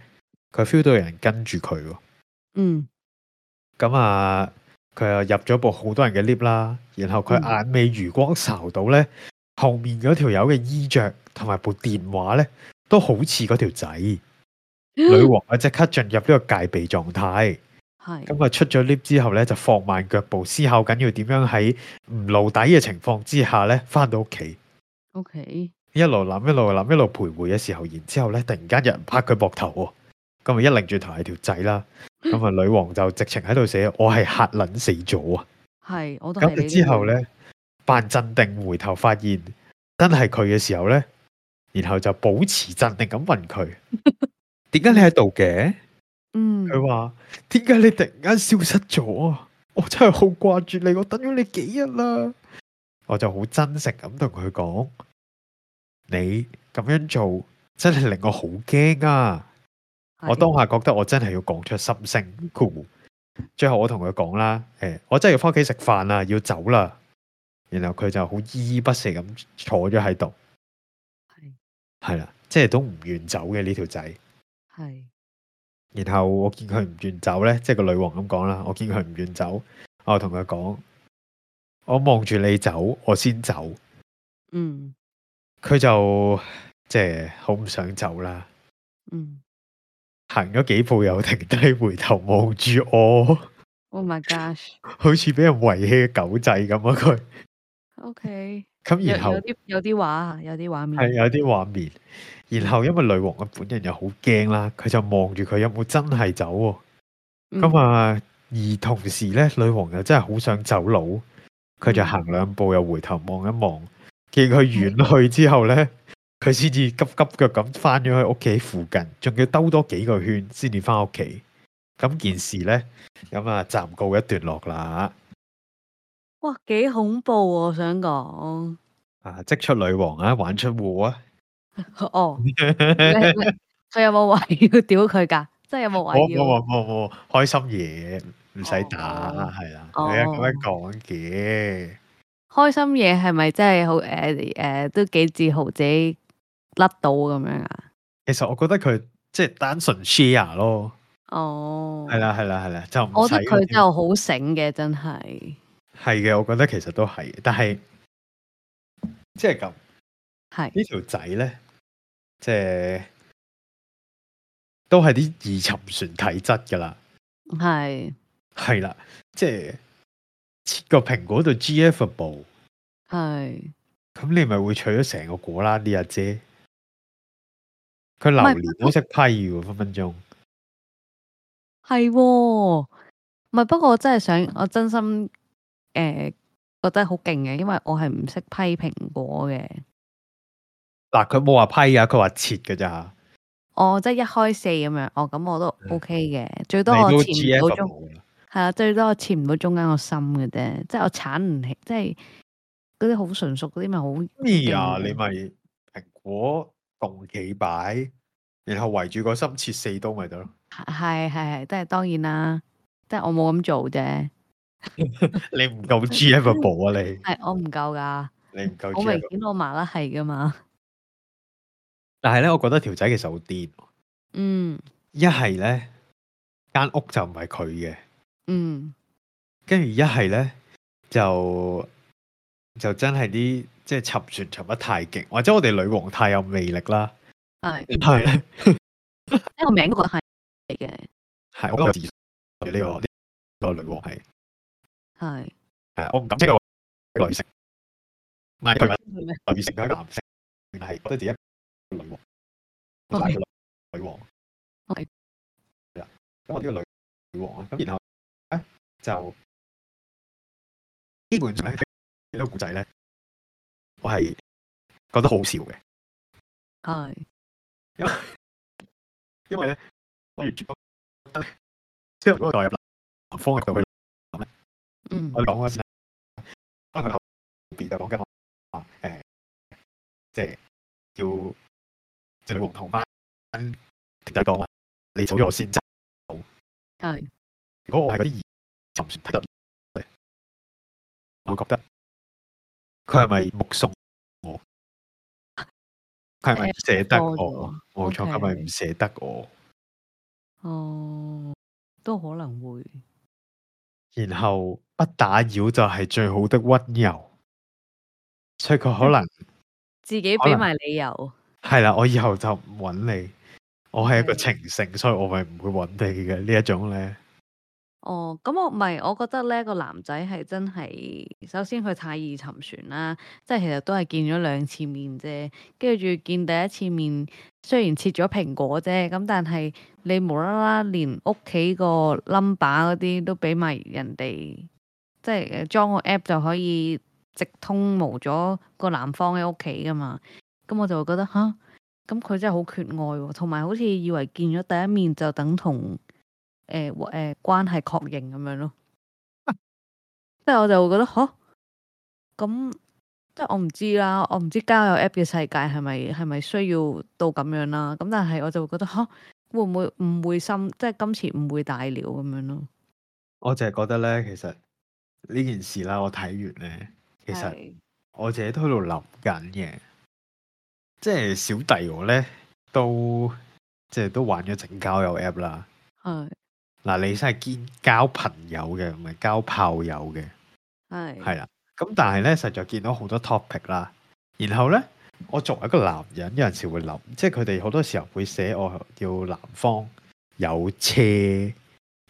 Speaker 1: 佢 feel 到有人跟住佢喎。
Speaker 2: 嗯，
Speaker 1: 咁啊，佢又入咗部好多人嘅 lift 啦，然後佢
Speaker 2: 嗯
Speaker 1: 眼尾餘光睄到咧，後面嗰條友嘅衣着同埋部電話咧，
Speaker 2: 嗯
Speaker 1: 都好似嗰條仔。女王啊，即刻進入呢個戒備狀態，
Speaker 2: 係
Speaker 1: 咁啊出咗 lift 之後咧，就放慢腳步，思考緊要點樣喺唔露底嘅情況之下咧，翻到屋企，
Speaker 2: ，OK，
Speaker 1: 一路諗一路諗一路徘徊嘅時候，然之後咧突然間有人拍佢膊頭喎，咁啊一擰轉頭係條仔啦，咁啊女王就直情喺度寫我係嚇撚死咗啊！
Speaker 2: 係，我都係
Speaker 1: 咁
Speaker 2: 你
Speaker 1: 佢之
Speaker 2: 後
Speaker 1: 後，咧，扮鎮定回頭發現真係佢嘅時候咧，然後就保持鎮定咁問 佢：點解你喺度嘅？
Speaker 2: 嗯，
Speaker 1: 佢話：點解你突然間消失咗啊？我真係好掛住你，我等咗你幾日啦。我就好真誠咁同佢講：你咁樣做真係令我好驚啊！我
Speaker 2: 係
Speaker 1: 當下覺得我真係要講出心聲，括弧最後我同佢講啦，誒、我真係要翻屋企食飯啦，要走啦。然後佢就好依依不捨咁坐咗喺度，
Speaker 2: 係
Speaker 1: 係啦，即係都唔願走嘅呢條仔。
Speaker 2: 係
Speaker 1: 然後我見佢唔願走呢，即係個女王咁講啦，我見佢唔願走，我同佢講，我望住你走，我先走。
Speaker 2: 嗯
Speaker 1: 佢就即係好唔想走啦，
Speaker 2: 嗯
Speaker 1: 行咗幾步又停低，回頭望住我。
Speaker 2: ，Oh my gosh，OK，、
Speaker 1: 好似俾人遺棄嘅狗仔咁啊！佢
Speaker 2: OK，
Speaker 1: 咁
Speaker 2: 有
Speaker 1: 然後
Speaker 2: 有啲有啲畫，有啲畫
Speaker 1: 係
Speaker 2: 面，
Speaker 1: 有啲畫面，然後因為女王嘅本人又好驚啦，佢就望住佢有冇真係走喎。咁
Speaker 2: 啊，
Speaker 1: 啊，而同時咧，女王又真係好想走佬，佢就
Speaker 2: 嗯
Speaker 1: 行兩步又回頭望一望，見佢遠去之後咧，佢先至急急腳咁翻咗去屋企附近，仲要兜多幾個圈先至翻屋企。咁件事咧，咁啊暫告一段落啦。
Speaker 2: 哇，幾恐怖喎！我想講，
Speaker 1: 啊，即出女王啊，玩出禍啊！
Speaker 2: 哦，你你佢有冇 話要屌佢㗎？即係有冇話
Speaker 1: 我冇
Speaker 2: 要？
Speaker 1: 冇冇冇，哦開心嘢唔使打
Speaker 2: 哦
Speaker 1: 係啦，
Speaker 2: 哦
Speaker 1: 係啊咁樣講嘅，
Speaker 2: 開心嘢係咪真係好誒誒都幾自豪自己甩到咁樣啊？
Speaker 1: 其實我覺得佢即係單純 share 咯，
Speaker 2: 哦，
Speaker 1: 係啦係啦係啦，就唔
Speaker 2: 我
Speaker 1: 使
Speaker 2: 覺得佢
Speaker 1: 嗰啲
Speaker 2: 真係好醒嘅，真係
Speaker 1: 係嘅，我覺得其實都係，但係即係咁
Speaker 2: 係
Speaker 1: 呢條仔咧，即係都係啲易沉船體質噶啦，
Speaker 2: 係
Speaker 1: 係啦，即係切個蘋果度 GFable，
Speaker 2: 係，
Speaker 1: 咁你咪會娶咗成個果啦啲阿姐。佢
Speaker 2: 係
Speaker 1: 榴蓮都識批嘅喎，分分鐘。
Speaker 2: 係喎，唔係不過我真係想，我真心誒、呃、覺得好勁嘅，因為我係唔識批蘋果嘅，
Speaker 1: 嗱，佢冇話批啊，佢話切嘅咋。
Speaker 2: 我即係一開四咁樣，我咁我都
Speaker 1: 嗯
Speaker 2: OK 嘅，最多我
Speaker 1: 你都
Speaker 2: 潛
Speaker 1: G F 啊
Speaker 2: 唔到中，
Speaker 1: 冇啦。
Speaker 2: 係啦，最多我潛唔到中間個心嘅啫，即係我鏟唔起，即係嗰啲好純熟嗰啲咪好
Speaker 1: 咩啊？
Speaker 2: 勁
Speaker 1: 你咪蘋果動企擺，然後圍住個心切四刀咪得咯。
Speaker 2: 係係係，即係當然啦，即係我冇咁做啫，
Speaker 1: 你唔 夠 G F 冇啊你，
Speaker 2: 係我唔夠㗎，
Speaker 1: 你唔夠
Speaker 2: 好
Speaker 1: G
Speaker 2: 明
Speaker 1: F。
Speaker 2: 顯我麻甩係㗎嘛，
Speaker 1: 但係咧，我覺得條仔其實好癲。
Speaker 2: 嗯
Speaker 1: 一係咧間屋就唔係佢嘅，
Speaker 2: 嗯
Speaker 1: 跟住一係咧就就真係啲即係沉船沉得太勁，或者我哋女王太有魅力啦，
Speaker 2: 係，即
Speaker 1: 係咧
Speaker 2: 係個名都覺得係嘅，
Speaker 1: 係我都有自信嘅呢個呢、個女王係
Speaker 2: 係
Speaker 1: 係我唔敢稱佢為女性，唔係佢
Speaker 2: 係咩
Speaker 1: 唔係女性，佢係男性，係覺得自己係女王，好大嘅女王。
Speaker 2: OK
Speaker 1: 係啦，咁我呢個女女王啊，咁然後咧就基本上咧呢個故仔咧，我係覺得好笑嘅。
Speaker 2: 係
Speaker 1: 因為咧，我完全覺得呢即係如果代入南方嘅度去諗咧，
Speaker 2: 嗯
Speaker 1: 我哋講嗰陣時呢，可能佢後邊就講緊話誒，即係要即係女王同班條仔講話，你走咗我先走。
Speaker 2: 係
Speaker 1: 如果我係嗰啲疑沉船睇得嚟，我會覺得佢係咪目送我？佢係咪唔捨得
Speaker 2: 誒
Speaker 1: 我？哦冇錯，佢係咪唔捨得我？
Speaker 2: 哦，都可能會
Speaker 1: 然後不打擾就係最好的温柔，所以佢可能
Speaker 2: 自己
Speaker 1: 可
Speaker 2: 俾
Speaker 1: 能
Speaker 2: 埋理由，
Speaker 1: 係啦，我以後就唔揾你，我係一個
Speaker 2: 係
Speaker 1: 情聖，所以我咪唔會揾你嘅呢一種咧，
Speaker 2: 哦，咁我唔係，我覺得咧個男仔係真係，首先佢太易沉船啦，即係其實都係見咗兩次面啫，跟住見第一次面，雖然切咗蘋果啫，咁但係你無啦啦連屋企個 number 嗰啲都俾埋人哋，即係呃裝個 app 就可以直通無咗個男方嘅屋企噶嘛，咁我就會覺得吓，咁佢真係好缺愛喎，同埋好似以為見咗第一面就等同。誒誒、呃關係確認咁樣咯。即係我就會覺得嚇，咁即係我唔知啦，我唔知交友 app 嘅世界係咪係咪需要到咁樣啦。咁但係我就會覺得嚇，會唔會誤會深，即係今次誤會大了咁樣咯。
Speaker 1: 我就係覺得咧，其實呢件事啦，我睇完咧，其實
Speaker 2: 係
Speaker 1: 我自己都喺度諗緊嘅，即係小弟我咧都即係都玩咗整交友 app 啦。
Speaker 2: 係
Speaker 1: 嗱，你真係堅交朋友嘅，唔係交炮友嘅，
Speaker 2: 係
Speaker 1: 係啦。咁但係咧，實在見到好多 topic 啦。然後咧，我作為一個男人，有陣時會諗，即係佢哋好多時候會寫我要男方有車，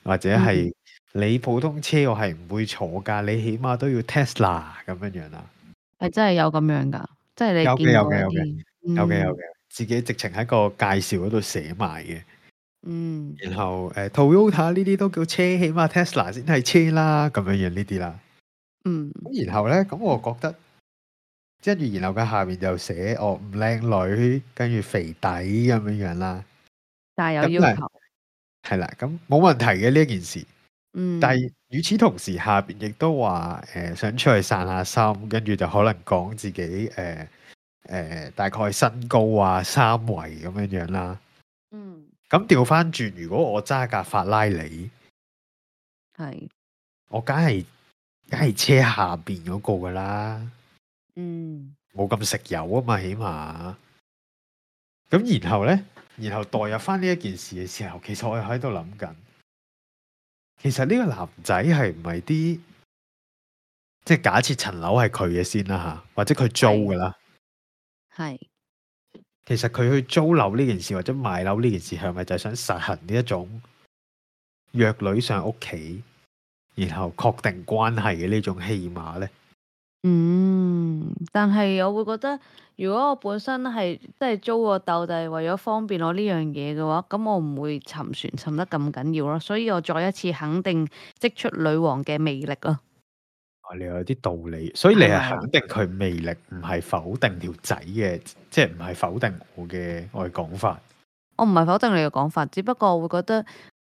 Speaker 1: 或者係你普通車我係唔會坐㗎，你起碼都要 Tesla 咁樣樣啦。
Speaker 2: 係真係有咁樣㗎，即係你
Speaker 1: 有嘅
Speaker 2: 見
Speaker 1: 有
Speaker 2: 過
Speaker 1: 嘅
Speaker 2: 一
Speaker 1: 有嘅
Speaker 2: 啲嗯
Speaker 1: 有嘅有
Speaker 2: 嘅，
Speaker 1: 嘅，自己直情喺個介紹嗰度寫埋嘅。
Speaker 2: 嗯
Speaker 1: 然後誒、呃 Toyota 呢啲都叫車，起碼 Tesla 先係車啦，咁樣樣呢啲啦。
Speaker 2: 嗯
Speaker 1: 咁然後咧，咁我覺得，跟住然後佢下面就寫哦唔靚女，跟住肥底咁樣樣啦，
Speaker 2: 但係
Speaker 1: 咁
Speaker 2: 有要
Speaker 1: 但係
Speaker 2: 求，
Speaker 1: 係啦，咁冇問題嘅呢一件事。
Speaker 2: 嗯，
Speaker 1: 但係與此同時，下邊亦都話誒、呃想出去散下心，跟住就可能講自己誒誒、呃呃大概身高啊三圍咁樣樣啦。
Speaker 2: 嗯
Speaker 1: 咁調翻轉，如果我揸架法拉利，
Speaker 2: 係
Speaker 1: 我梗係梗係車下邊嗰個噶啦。
Speaker 2: 嗯
Speaker 1: 冇咁食油啊嘛，起碼。咁然後呢，然後代入翻呢一件事嘅時候，其實我喺度諗緊，其實呢個男仔係唔係啲，即係假設層樓係佢嘅先啦吓，或者佢租㗎啦。
Speaker 2: 係
Speaker 1: 其實佢去租樓呢件事或者賣樓呢件事，係咪就係想實行呢一種約女上屋企，然後確定關係嘅呢種戲碼呢？
Speaker 2: 嗯，但係我會覺得，如果我本身係即係租個竇，就係為咗方便我呢樣嘢嘅話，咁我唔會沉船沉得咁緊要咯。所以我再一次肯定積出女王嘅魅力咯。
Speaker 1: 啊你有啲道理，所以你係
Speaker 2: 係啊咪
Speaker 1: 肯定佢魅力，唔係否定條仔嘅，即係唔係否定我嘅我嘅講法。
Speaker 2: 我唔係否定你嘅講法，只不過我會覺得，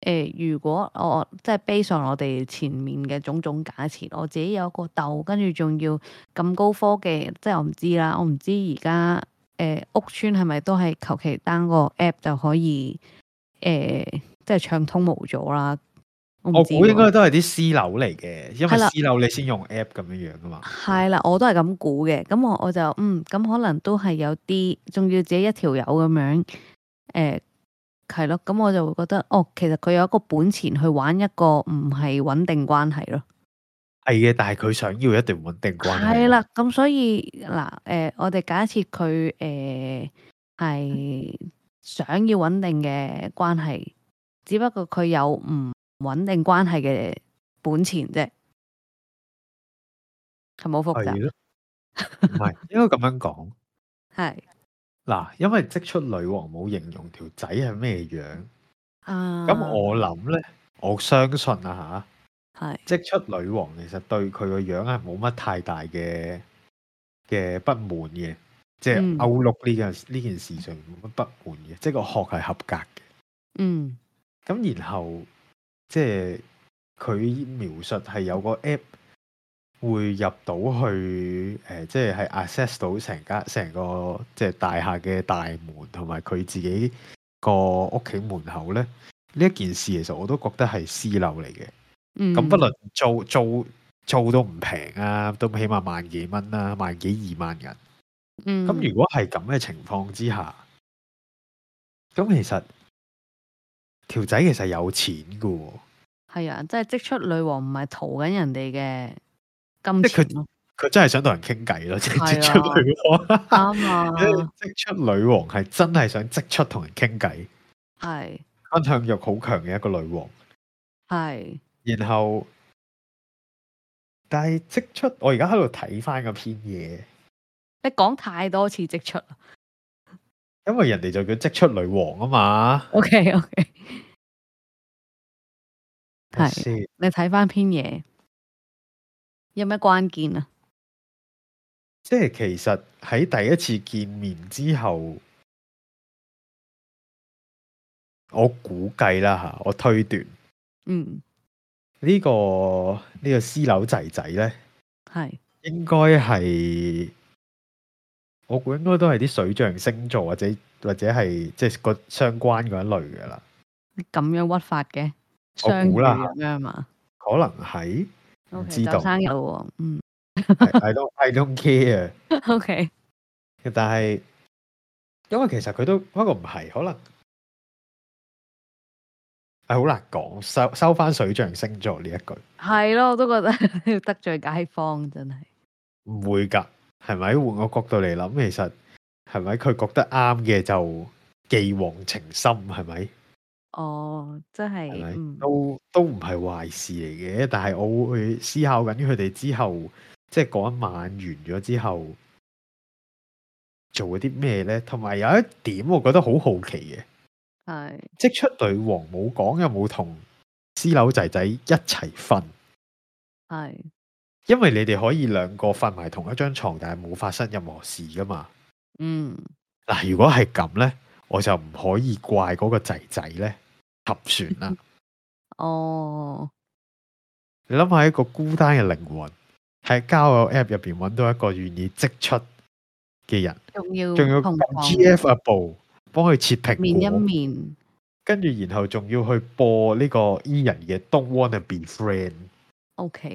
Speaker 2: 誒、如果我即係 base 上我哋前面嘅種種假設，我自己有個竇，跟住仲要咁高科技，即係我唔知啦，我唔知而家誒屋村係咪都係求其 down 個 app 就可以誒、即係暢通無阻啦。我
Speaker 1: 我
Speaker 2: 唔知
Speaker 1: 估
Speaker 2: 喎
Speaker 1: 應該都係啲私樓嚟嘅，因為
Speaker 2: 係啦
Speaker 1: 私樓你先用 app 咁樣樣噶嘛。
Speaker 2: 係啦，我都係咁估嘅。咁我我就嗯，咁可能都係有啲，仲要自己一條友咁樣，誒係咯。咁我就會覺得，哦，其實佢有一個本錢去玩一個唔係穩定關係咯。
Speaker 1: 係嘅，但係佢想要一定穩定關係。
Speaker 2: 係啦，咁所以嗱，誒、我哋假設佢誒係想要穩定嘅關係，只不過佢有唔穩定關係嘅本錢啫，係冇複
Speaker 1: 係
Speaker 2: 雜，
Speaker 1: 咯，唔係應該咁樣講
Speaker 2: 係
Speaker 1: 嗱，因為即出女王冇形容條仔係咩樣，
Speaker 2: 啊。
Speaker 1: 咁我諗呢，我相信啊嚇。
Speaker 2: 係。
Speaker 1: 即出女王其實對佢個樣係冇乜太大嘅嘅不滿嘅，即係
Speaker 2: 嗯
Speaker 1: outlook 呢件呢件事上冇乜不滿嘅，即係個殼係合格嘅。
Speaker 2: 嗯，
Speaker 1: 咁然後即係佢描述係有個 app 會入到去誒、呃即係係 access 到成間成個即係大廈嘅大門同埋佢自己個屋企門口咧。呢一件事其實我都覺得係私樓嚟嘅。咁
Speaker 2: 咁
Speaker 1: 不論租租租都唔平啊，都起碼萬幾蚊啦，萬幾二萬人。
Speaker 2: 嗯，
Speaker 1: 咁如果係咁嘅情況之下，咁其實條仔其實有錢嘅喎，
Speaker 2: 係啊，即係即出女王唔係圖緊人哋嘅金
Speaker 1: 即係佢
Speaker 2: 錢 咯，
Speaker 1: 佢真係想同人傾偈咯，即係即
Speaker 2: 係啊
Speaker 1: 出女王，
Speaker 2: 啱啊，
Speaker 1: 即出女王係真係想即出同人傾偈，
Speaker 2: 係
Speaker 1: 分享欲好強嘅一個女王。
Speaker 2: 係
Speaker 1: 然後，但係即出，我而家喺度睇翻嗰篇嘢，
Speaker 2: 你講太多次即 出啦。
Speaker 1: 因為人哋就叫即出女王啊嘛。
Speaker 2: OK OK，係
Speaker 1: 係
Speaker 2: 你睇翻篇嘢有咩關鍵啊？
Speaker 1: 即係其實喺第一次見面之後，我估計啦吓，我推斷
Speaker 2: 嗯，
Speaker 1: 呢、個呢、個私樓仔仔咧，
Speaker 2: 係
Speaker 1: 應該係我估應該都係啲水象星座或者或者係即係個相關嗰一類噶啦。
Speaker 2: 咁樣屈法嘅，
Speaker 1: 我
Speaker 2: 相遇
Speaker 1: 估啦
Speaker 2: 咁樣嘛。
Speaker 1: 可能係唔
Speaker 2: OK，
Speaker 1: 知
Speaker 2: 就
Speaker 1: 道
Speaker 2: 生日咯喎。嗯
Speaker 1: I I don't I don't care。
Speaker 2: ，OK，
Speaker 1: 但係因為其實佢都不過唔係，可能係好難講。收收翻水象星座呢一句
Speaker 2: 係咯，我都覺得 得罪街坊真係。
Speaker 1: 唔會㗎，係咪？換個角度嚟諗，其實係咪佢覺得啱嘅就既往情深係咪？
Speaker 2: 哦，真係
Speaker 1: 係咪、
Speaker 2: 嗯
Speaker 1: 都都唔係壞事嚟嘅，但係我會思考緊佢哋之後，即係嗰一晚完咗之後做咗啲咩呢？同埋有一點我覺得好好奇嘅，
Speaker 2: 係
Speaker 1: 即出女王冇講有冇同私樓仔仔一齊瞓，
Speaker 2: 係
Speaker 1: 因為你哋可以兩個瞓埋同一張床，但係冇發生任何事噶嘛。
Speaker 2: 嗯
Speaker 1: 嗱，如果係咁呢，我就唔可以怪嗰個仔仔呢合船 啦。
Speaker 2: 哦
Speaker 1: 你諗下一個孤單嘅靈魂，喺交友 App 入邊揾到一個願意即出嘅人，
Speaker 2: 仲要
Speaker 1: 仲要
Speaker 2: 同房
Speaker 1: GF 一步，幫佢切蘋
Speaker 2: 面一
Speaker 1: 果，
Speaker 2: 面，
Speaker 1: 跟住然後仲要去播呢個 E 人嘅 Don't Wanna Be Friend，
Speaker 2: O K，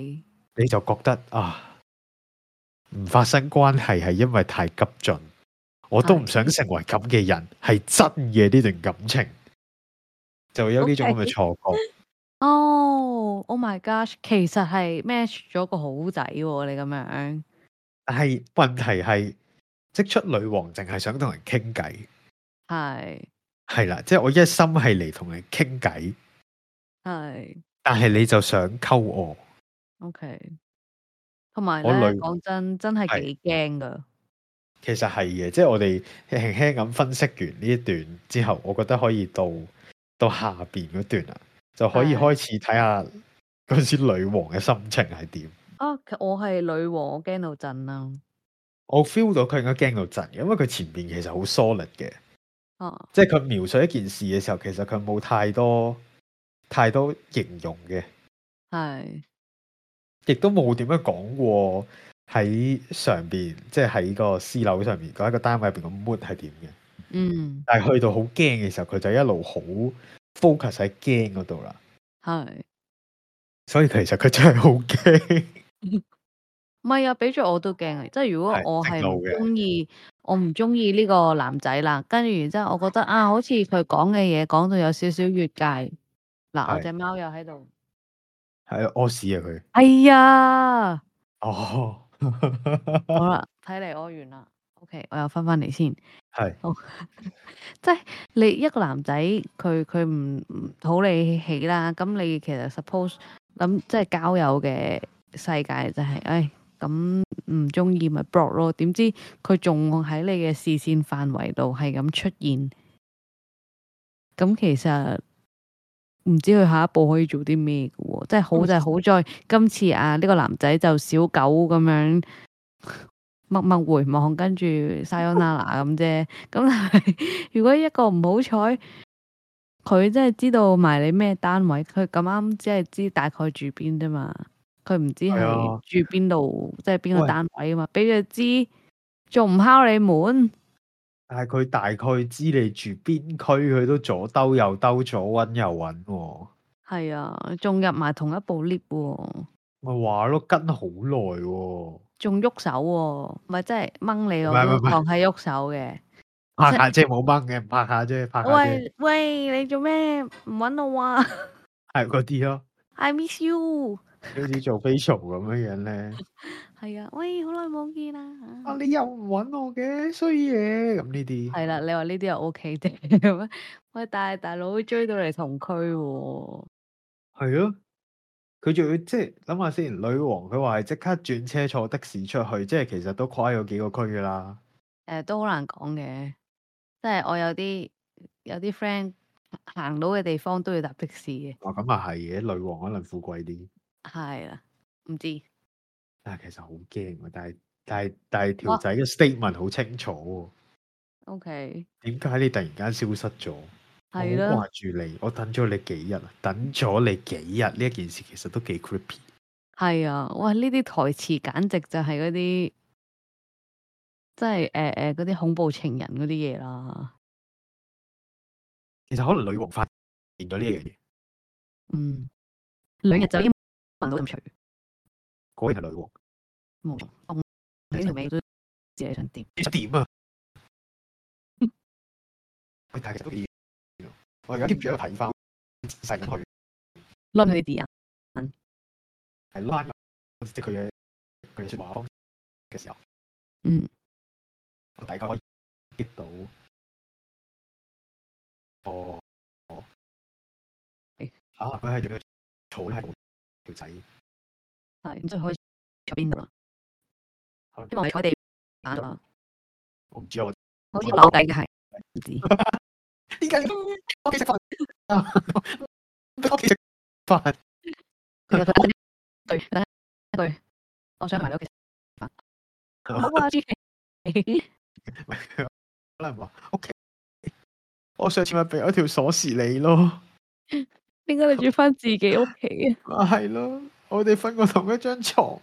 Speaker 1: 你就覺得啊，唔發生關係係因為太急進，我都唔
Speaker 2: 係
Speaker 1: 想成為咁嘅人，係真嘅呢段感情，就會有呢種咁嘅
Speaker 2: OK
Speaker 1: 錯覺。
Speaker 2: 哦，Oh my gosh，其實係 match 咗個好仔喎，你咁樣，
Speaker 1: 但係問題係，即出女王淨係想同人傾偈。
Speaker 2: 係
Speaker 1: 係啦，即係我一心係嚟同你傾偈，
Speaker 2: 係
Speaker 1: 但係你就想溝我，
Speaker 2: O K，同埋
Speaker 1: 我
Speaker 2: 咧
Speaker 1: 女
Speaker 2: 講真，真係
Speaker 1: 係
Speaker 2: 幾驚噶，
Speaker 1: 其實係嘅。即係我哋輕輕咁分析完呢一段之後，我覺得可以到到下邊嗰段啦，就可以
Speaker 2: 係
Speaker 1: 開始睇下嗰時女王嘅心情係點。
Speaker 2: 啊，其我係女王，我驚到震啊啦，
Speaker 1: 我 feel 到佢應該驚到震嘅，因為佢前邊其實好 solid 嘅，
Speaker 2: 啊，
Speaker 1: 即係佢描述一件事嘅時候，其實佢冇太多太多形容嘅。
Speaker 2: 係
Speaker 1: 亦都冇點樣講過喺上邊，即係喺個私樓上面嗰一個單位入邊個 mood 係點嘅。
Speaker 2: 嗯
Speaker 1: 但係去到好驚嘅時候，佢就一路好 focus 喺驚嗰度啦。
Speaker 2: 係。
Speaker 1: 所以其實佢真係好驚，
Speaker 2: 唔係啊，俾咗我都驚啊！即係如果
Speaker 1: 係
Speaker 2: 我
Speaker 1: 直
Speaker 2: 係
Speaker 1: 路
Speaker 2: 唔
Speaker 1: 嘅
Speaker 2: 中意，我唔中意呢個男仔啦，跟住然之後，我覺得啊，好似佢講嘅嘢講到有少少越界。嗱，我
Speaker 1: 係
Speaker 2: 只貓又 喺度。
Speaker 1: 係屙屎啊佢。
Speaker 2: 哎呀，
Speaker 1: 哦，
Speaker 2: 好啦，睇嚟我完啦。OK，我又翻翻嚟先。
Speaker 1: 係
Speaker 2: 你一個男仔，佢佢唔唔討你喜啦，咁你其實 suppose 諗即係交友嘅世界就係、唉咁唔中意咪 block 咯，點知佢仲喺你嘅視線範圍度係咁出現，咁其實唔知佢下一步可以做啲咩嘅喎，即係
Speaker 1: 嗯
Speaker 2: 好就係好在今次啊呢、個男仔就小狗咁樣。默默回望，跟住 sayonara 咁啫。咁但係 如果一個唔好彩，佢真係知道埋你咩單位，佢咁啱只係知大概住邊啫嘛，佢唔知
Speaker 1: 係
Speaker 2: 係
Speaker 1: 啊
Speaker 2: 住邊度，即係邊個
Speaker 1: 喂
Speaker 2: 單位啊嘛，俾佢知，仲唔敲你門？
Speaker 1: 但係佢大概知你住邊區，佢都左兜右兜，左揾右揾喎。
Speaker 2: 係啊，仲入埋同一部 lift 喎，
Speaker 1: 咪話咯，跟好耐喎，
Speaker 2: 仲喐手喎，咪真係掹你
Speaker 1: 唔係
Speaker 2: 我
Speaker 1: 唔係
Speaker 2: 都當係喐手嘅。
Speaker 1: 拍下啫，冇掹嘅，唔拍下啫，拍下啫，
Speaker 2: 喂喂，你做咩唔揾我啊
Speaker 1: 係嗰啲咯。
Speaker 2: ？I miss you。
Speaker 1: 好似做 facial 咁樣樣咧。
Speaker 2: 係啊，喂，好耐冇見啦。
Speaker 1: 啊，你又唔揾我嘅衰嘢咁呢啲。
Speaker 2: 係啦，你話呢啲又 O K 啫。喂，但係大佬追到嚟同區喎，
Speaker 1: 係咯，佢仲要即係諗下先，女王佢話係即刻轉車坐的士出去，即係其實都跨咗幾個區噶啦。
Speaker 2: 誒都好難講嘅，即係我有啲有啲 friend 行到嘅地方都要搭的士嘅，
Speaker 1: 哦，咁啊係嘅，女王可能富貴啲，
Speaker 2: 係啦，唔知
Speaker 1: 但係其實好驚喎。但係但係但係條
Speaker 2: 哇
Speaker 1: 仔嘅 statement 好清楚
Speaker 2: OK
Speaker 1: 喎，點解你突然間消失咗？我好啊
Speaker 2: 係啦，
Speaker 1: 掛住你，我等咗你幾日啊，等咗你幾日呢一件事其實都幾 creepy。
Speaker 2: 係啊，哇！呢啲台詞簡直就係嗰啲即係誒誒嗰啲恐怖情人嗰啲嘢啦，
Speaker 1: 其實可能女王發現咗呢樣嘢，
Speaker 2: 嗯，兩日就已經聞到咁除，
Speaker 1: 果然係女王。
Speaker 2: 冇錯，凍起條尾都自己想點。
Speaker 1: 你想點啊？喂，但係其實都幾，我而家 keep 住喺度睇翻，細緊佢
Speaker 2: 論佢哋啊，
Speaker 1: 係拉埋即係佢嘅佢嘅説話方式嘅時候，
Speaker 2: 嗯，
Speaker 1: 大家可以 get 到。哦，哦
Speaker 2: 係
Speaker 1: 嚇佢係仲要嘈咧，係條仔，
Speaker 2: 係咁，所以可以坐邊度啦？
Speaker 1: 可能
Speaker 2: 希望你坐地板度啦，
Speaker 1: 我唔知啊，我
Speaker 2: 好似扭計嘅係唔知。
Speaker 1: 點解你屋企食飯啊？屋企食 飯，
Speaker 2: 其實佢一句一句，我想埋你屋企食飯。好啊，朱琪，
Speaker 1: 可能話屋企，我上次咪俾咗條鎖匙你咯。
Speaker 2: 點解你住翻自己屋企嘅？
Speaker 1: 啊，系咯，我哋瞓過同一張床，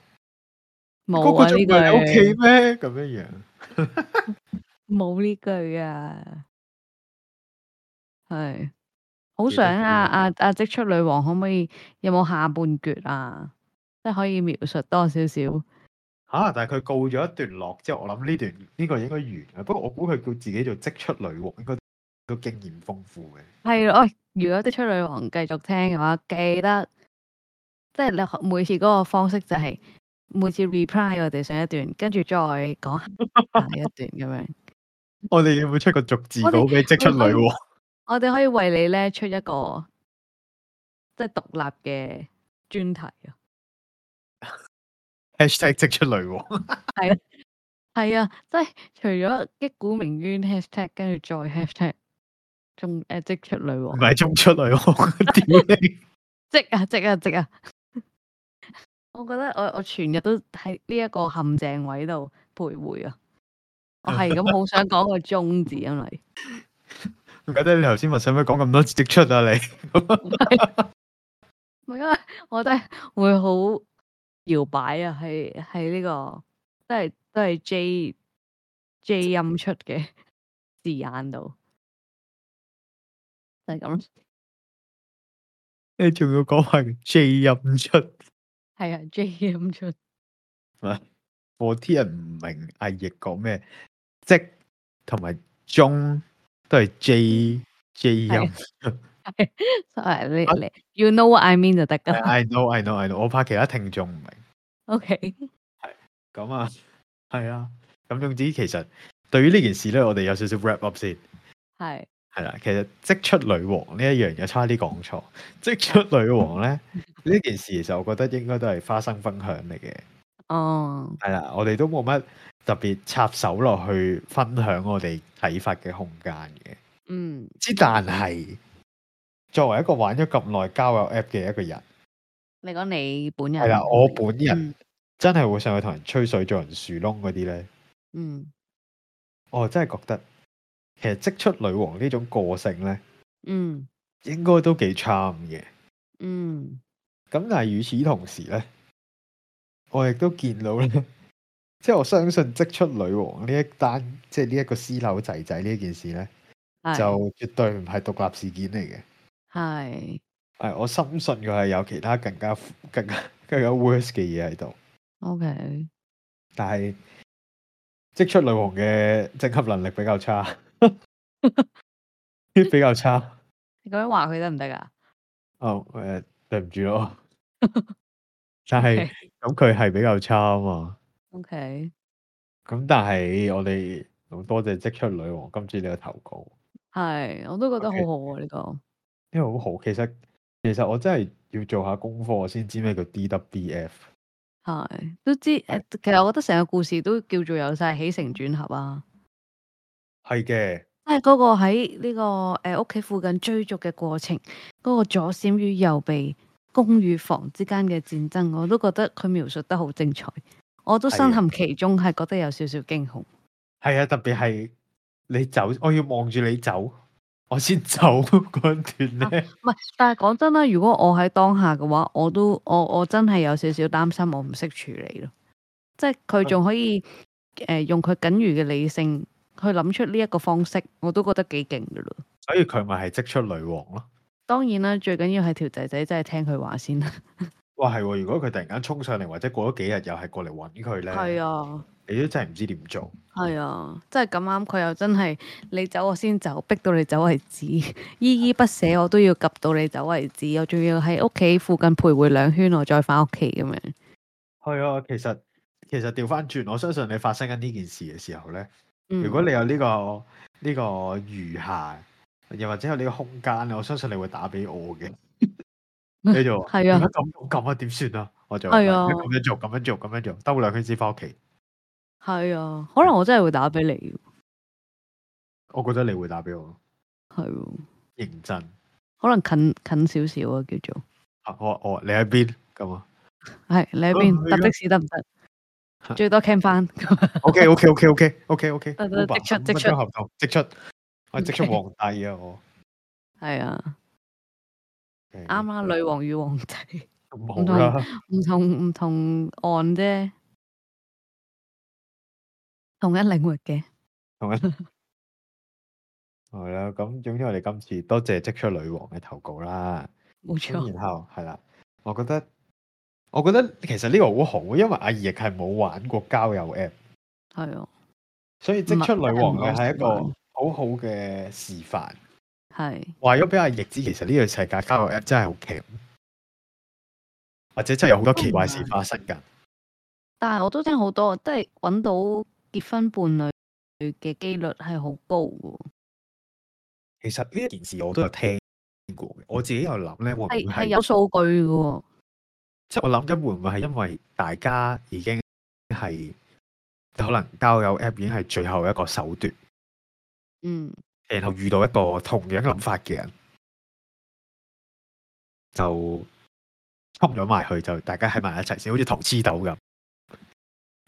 Speaker 1: 嗰
Speaker 2: 冇
Speaker 1: 個
Speaker 2: 啊
Speaker 1: 仲
Speaker 2: 呢
Speaker 1: 唔係你屋企
Speaker 2: 句，
Speaker 1: 咩？咁樣樣，
Speaker 2: 冇呢句啊，係好想啊！阿阿即出女王可唔可以有冇下半橛啊？即係可以描述多少少
Speaker 1: 吓、但係佢告咗一段落之後，我諗呢段呢、個應該完啦。不過我估佢叫自己做即出女王，應該都經驗豐富嘅。
Speaker 2: 係咯，喂如果的出女王繼續聽嘅話，記得即係你學每次嗰個方式就係每次 reply 我哋上一段，跟住再講 下一段咁樣。
Speaker 1: 我哋有冇出個逐字
Speaker 2: 我哋
Speaker 1: 稿俾即出女
Speaker 2: 我
Speaker 1: 王？
Speaker 2: 我哋可以為你咧出一個即係獨立嘅專題啊。
Speaker 1: #hashtag 即出女王，
Speaker 2: 係啊，即係除咗擊鼓鳴冤 hashtag，跟住再 hashtag 仲誒即出女
Speaker 1: 唔
Speaker 2: 王，
Speaker 1: 係中出女王，屌你！
Speaker 2: 即啊即啊即啊！ 我覺得我我全日都喺呢一個陷阱位度徘徊啊！我係咁好想講個啊中字，因為
Speaker 1: 唔怪得你頭先話使唔使講咁多即出啊？你
Speaker 2: 唔係因為我真係會好搖擺啊！係係呢個都係都係 J J 音出嘅字眼度，就係咁咯。
Speaker 1: 你仲要講埋 J 音出，
Speaker 2: 係啊，J 音出
Speaker 1: 我啲人唔明阿奕講咩，即同埋中都係 J J 音
Speaker 2: 係。，sorry 你你，you know what I mean 就得㗎啦。
Speaker 1: I know, I know, I know。我怕其他聽眾唔明。
Speaker 2: OK，
Speaker 1: 咁啊，係啊。咁總之，其實對於呢件事咧，我哋有少少 wrap up 先。
Speaker 2: 係
Speaker 1: 係啦，其實即出女王呢一樣嘢差啲講錯。即出女王咧呢件事，其實我覺得應該都係花生分享嚟嘅。
Speaker 2: 哦，
Speaker 1: 係啦，我哋都冇乜特別插手落去分享我哋睇法嘅空間嘅。
Speaker 2: 嗯，
Speaker 1: 之但係作為一個玩咗咁耐交友 app 嘅一個人，
Speaker 2: 你講你本人
Speaker 1: 係啦，我本人
Speaker 2: 嗯
Speaker 1: 真係會上去同人吹水、做人樹窿嗰啲咧。
Speaker 2: 嗯
Speaker 1: 我真係覺得其實即出女王呢種個性咧，
Speaker 2: 嗯
Speaker 1: 應該都幾 charm 嘅。
Speaker 2: 嗯，
Speaker 1: 咁但係與此同時咧，我亦都見到咧， 即係我相信即出女王呢一單，即係呢一個私樓仔仔呢件事咧，
Speaker 2: 係
Speaker 1: 就絕對唔係獨立事件嚟嘅。
Speaker 2: 係
Speaker 1: 係我深信佢係有其他更加更加更加 worse 嘅嘢喺度，
Speaker 2: OK，
Speaker 1: 但係即出女王嘅整合能力比較差，比較差。
Speaker 2: 你咁樣話佢得唔得啊？
Speaker 1: 哦，誒、對唔住咯，但 係咁佢係比較差啊嘛。
Speaker 2: OK，
Speaker 1: 咁但係我哋好多謝即出女王今次呢個投稿，
Speaker 2: 係，我都覺得
Speaker 1: OK
Speaker 2: 好好啊呢個，
Speaker 1: 因為好好。其實其實我真係要做下功課先知咩叫 DWF。
Speaker 2: 係都知誒，其實我覺得成個故事都叫做有晒起承轉合啊！
Speaker 1: 係嘅，
Speaker 2: 即係嗰個喺呢、個誒屋企附近追逐嘅過程，嗰、個左閃與右避、公與房之間嘅戰爭，我都覺得佢描述得好精彩，我都
Speaker 1: 係
Speaker 2: 身
Speaker 1: 啊
Speaker 2: 陷其中，係覺得有少少驚恐。
Speaker 1: 係啊，特別係你走，我要望住你走，我先走嗰一段咧。
Speaker 2: 唔係，但係講真啦，如果我喺當下嘅話，我都我我真係有少少擔心，我唔識處理咯。即係佢仲可以誒、呃用佢僅餘嘅理性去諗出呢一個方式，我都覺得幾勁噶咯。
Speaker 1: 所以佢咪係即出女王咯。
Speaker 2: 當然啦，最緊要係條仔仔真係聽佢話先啦。
Speaker 1: 哇，係喎！如果佢突然間衝上嚟，或者過咗幾日又係過嚟揾佢咧，
Speaker 2: 係啊，
Speaker 1: 你都真係唔知點做。
Speaker 2: 係啊，真係咁啱，佢又真係你走我先走，逼到你走為止， 依依不捨，我都要及到你走為止。我仲要喺屋企附近徘徊兩圈，我再翻屋企咁樣。
Speaker 1: 係啊，其實其實調翻轉，我相信你發生緊呢件事嘅時候咧，
Speaker 2: 嗯
Speaker 1: 如果你有呢、個呢、個餘下，又或者有呢個空間，我相信你會打俾我嘅。你就話
Speaker 2: 係
Speaker 1: 點
Speaker 2: 啊
Speaker 1: 解咁咁咁啊？點算啊？我就
Speaker 2: 係啊
Speaker 1: 話咁樣做，咁樣做，咁樣做，兜兩圈先翻屋企。
Speaker 2: 係啊，可能我真係會打俾你，
Speaker 1: 我覺得你會打俾我，
Speaker 2: 係喎，
Speaker 1: 認真
Speaker 2: 可能近近少少啊，叫做
Speaker 1: 啊！我我你喺邊咁啊
Speaker 2: 係你喺
Speaker 1: 哦
Speaker 2: 邊
Speaker 1: 係
Speaker 2: 搭
Speaker 1: 㗎
Speaker 2: 的士得唔得？最多 cam 翻，
Speaker 1: ？OK OK OK OK OK OK，
Speaker 2: 得得即出即出
Speaker 1: 合同即出，我係即出
Speaker 2: OK
Speaker 1: 皇帝啊！ 我
Speaker 2: 係啊，
Speaker 1: 啱
Speaker 2: 啱啦，女王與皇帝
Speaker 1: 啊咁好啦，
Speaker 2: 唔同唔同岸啫，同一領域嘅，
Speaker 1: 同一係啦。咁總之我哋今次多謝即出女王嘅投稿啦。
Speaker 2: 冇
Speaker 1: 咁
Speaker 2: 錯，
Speaker 1: 然後係啦，我覺得我覺得其實呢個好好，因為阿奕係冇玩過交友 app，
Speaker 2: 係啊，
Speaker 1: 所以即出女王
Speaker 2: 唔係
Speaker 1: 嘅係一個
Speaker 2: 真係唔
Speaker 1: 好好嘅示範，
Speaker 2: 係
Speaker 1: 話咗俾阿奕知，其實呢個世界交友 app 真係好勁，或者真係有好多奇怪事發生㗎。
Speaker 2: 但係我都聽好多，即係揾到結婚伴侶嘅機率係好高嘅喎，
Speaker 1: 其實呢一件事我都有聽過嘅，我自己有諗咧，會唔會
Speaker 2: 係係
Speaker 1: 哦係
Speaker 2: 有數據嘅喎，
Speaker 1: 即係我諗緊會唔會係因為大家已經係可能交友 app 已經係最後一個手段。
Speaker 2: 嗯，
Speaker 1: 然後遇到一個同樣諗法嘅人，就衝咗埋去，就大家喺埋一齊先，好似糖黐豆咁。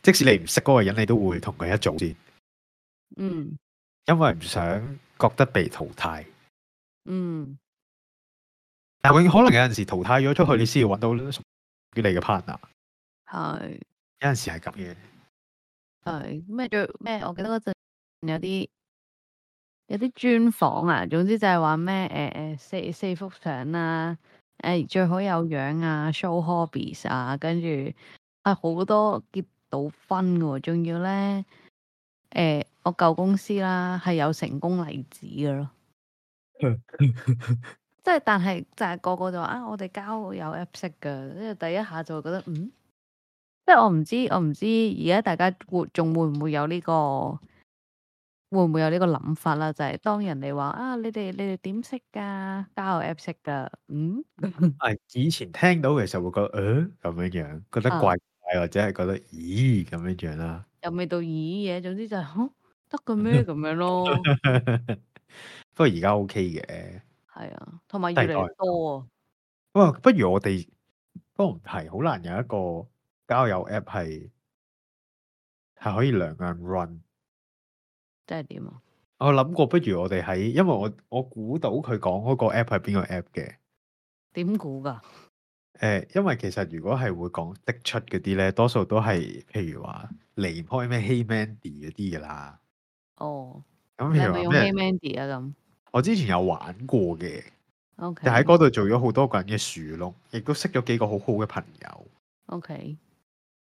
Speaker 1: 即使你唔識嗰個人，你都會同佢一組先，
Speaker 2: 嗯，
Speaker 1: 因為唔想覺得被淘汰。
Speaker 2: 嗯，
Speaker 1: 但永遠可能有陣時淘汰咗出去，你先要揾到屬於你嘅 partner。
Speaker 2: 係。
Speaker 1: 有陣時係咁嘅，
Speaker 2: 係咩最咩？我記得嗰陣有啲有啲專訪啊，總之就係話咩誒誒四四幅相啊，誒、最好有樣啊，show hobbies 啊，跟住啊好多結到婚嘅喎，仲要咧誒、我舊公司啦係有成功例子嘅咯。即係，但係就係個個就話啊，我哋交友 app 識嘅，跟住第一下就會覺得嗯，即係我唔知，我唔知而家大家會仲會唔會有呢、個會唔會有呢個諗法啦？就係、當人哋話啊，你哋你哋點識㗎？交友 app 識㗎，嗯，
Speaker 1: 係以前聽到嘅時候會覺得，誒咁樣樣，覺得
Speaker 2: 啊
Speaker 1: 怪怪，或者係覺得，咦咁樣樣啦。
Speaker 2: 又未到咦嘢，總之就係、哼得嘅咩咁 樣咯，
Speaker 1: 不過而家 OK 嘅。
Speaker 2: 係啊，同埋越嚟越多啊，
Speaker 1: 哇，不如我哋，不過唔係，好難有一個交友 app 係係可以兩個人 run。
Speaker 2: 即係點啊？
Speaker 1: 我諗過，不如我哋喺，因為我我估到佢講嗰個 app 係邊個 app 嘅。誒、
Speaker 2: 點估㗎？
Speaker 1: 因為其實如果係會講的出嗰啲咧，多數都係譬如話離唔開咩 Hey Mandy 嗰啲噶啦。
Speaker 2: 哦，
Speaker 1: 咁
Speaker 2: 你
Speaker 1: 譬
Speaker 2: 係咪
Speaker 1: 如
Speaker 2: 用
Speaker 1: 話
Speaker 2: Hey
Speaker 1: 咩？
Speaker 2: Mandy 啊咁
Speaker 1: 我之前有玩過嘅，
Speaker 2: ？OK，
Speaker 1: 就喺嗰度做咗好多個人嘅樹窿，亦都識咗幾個好好嘅朋友。
Speaker 2: OK，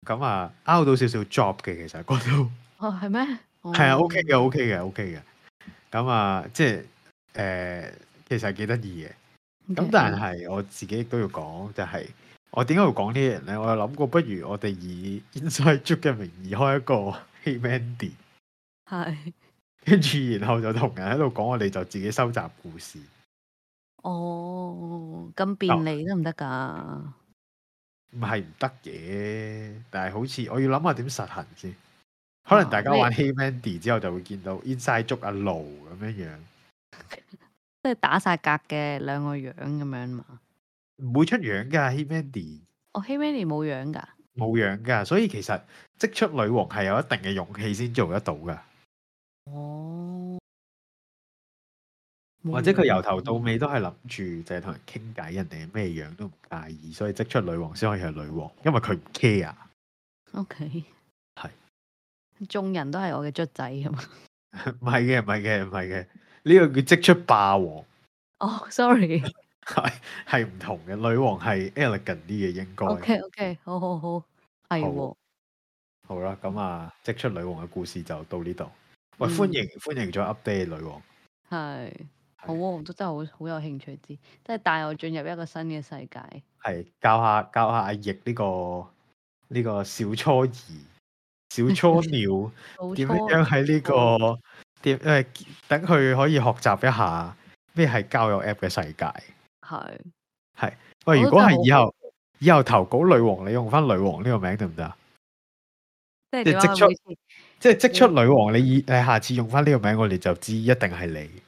Speaker 1: 咁啊，out 到少少 job 嘅，其實嗰度。
Speaker 2: 哦係咩？
Speaker 1: 係啊
Speaker 2: 哦
Speaker 1: ，OK 嘅，OK 嘅，OK 嘅。咁啊，即係誒、呃其實係幾得意嘅。咁啊
Speaker 2: OK
Speaker 1: 但係我自己亦都要講，就係、我點解會講呢啲人咧？我有諗過，不如我哋以 Inside Joke 嘅名義開一個 Hey Mandy，
Speaker 2: 係，
Speaker 1: 跟住然後就同人喺度講，我哋就自己收集故事。
Speaker 2: 哦，咁便利得唔得㗎？
Speaker 1: 唔係唔得嘅，但係好似我要諗下點實行先。可能
Speaker 2: 啊
Speaker 1: 大家
Speaker 2: 你
Speaker 1: 玩 Hey Mandy 之後就會見到 Inside 捉阿路咁樣樣，
Speaker 2: 即係打晒格嘅兩個樣咁樣嘛。
Speaker 1: 唔會出樣㗎 Hey Mandy
Speaker 2: 哦 h e y m a n y 冇樣㗎，
Speaker 1: 冇樣㗎，所以其實即出女王係有一定嘅勇氣先做得到㗎，
Speaker 2: 哦，
Speaker 1: 或者
Speaker 2: 冇
Speaker 1: 佢
Speaker 2: 樣
Speaker 1: 由頭到尾都係諗住就係同人傾偈，人哋咩樣都唔介意，所以即出女王先可以係女王，因為佢唔 care。
Speaker 2: OK，
Speaker 1: 係
Speaker 2: 眾人都係我嘅卒仔咁 嘛。
Speaker 1: 唔係嘅，唔係嘅，唔係嘅，呢、個叫即出霸王，
Speaker 2: 哦，sorry。
Speaker 1: 係係唔同嘅。女王係 elegant 啲嘅，應該。
Speaker 2: OK，OK，好好好，係
Speaker 1: 好
Speaker 2: 喎。
Speaker 1: 好啦，咁啊，即出女王嘅故事就到呢度。喂，
Speaker 2: 嗯
Speaker 1: 歡迎歡迎再 update 女王。
Speaker 2: 係，
Speaker 1: 係
Speaker 2: 好啊！我都真係好好有興趣知，即係帶我進入一個新嘅世界。
Speaker 1: 係教下教下阿奕呢、個呢、個小初兒、小初 鳥
Speaker 2: 冇
Speaker 1: 點
Speaker 2: 錯，
Speaker 1: 樣樣喺呢個 點誒，等佢可以學習一下咩係交友 app 嘅世界。
Speaker 2: 係
Speaker 1: 喂，
Speaker 2: 我
Speaker 1: 如
Speaker 2: 都
Speaker 1: 果
Speaker 2: 真係
Speaker 1: 係以後以後投稿女王，你用翻女王呢個名得唔得啊？
Speaker 2: 即係
Speaker 1: 即係
Speaker 2: 點啊
Speaker 1: 即
Speaker 2: 解
Speaker 1: 出
Speaker 2: 每次
Speaker 1: 即係即出女王，你以你下次用翻呢個名，我哋就知一定係你。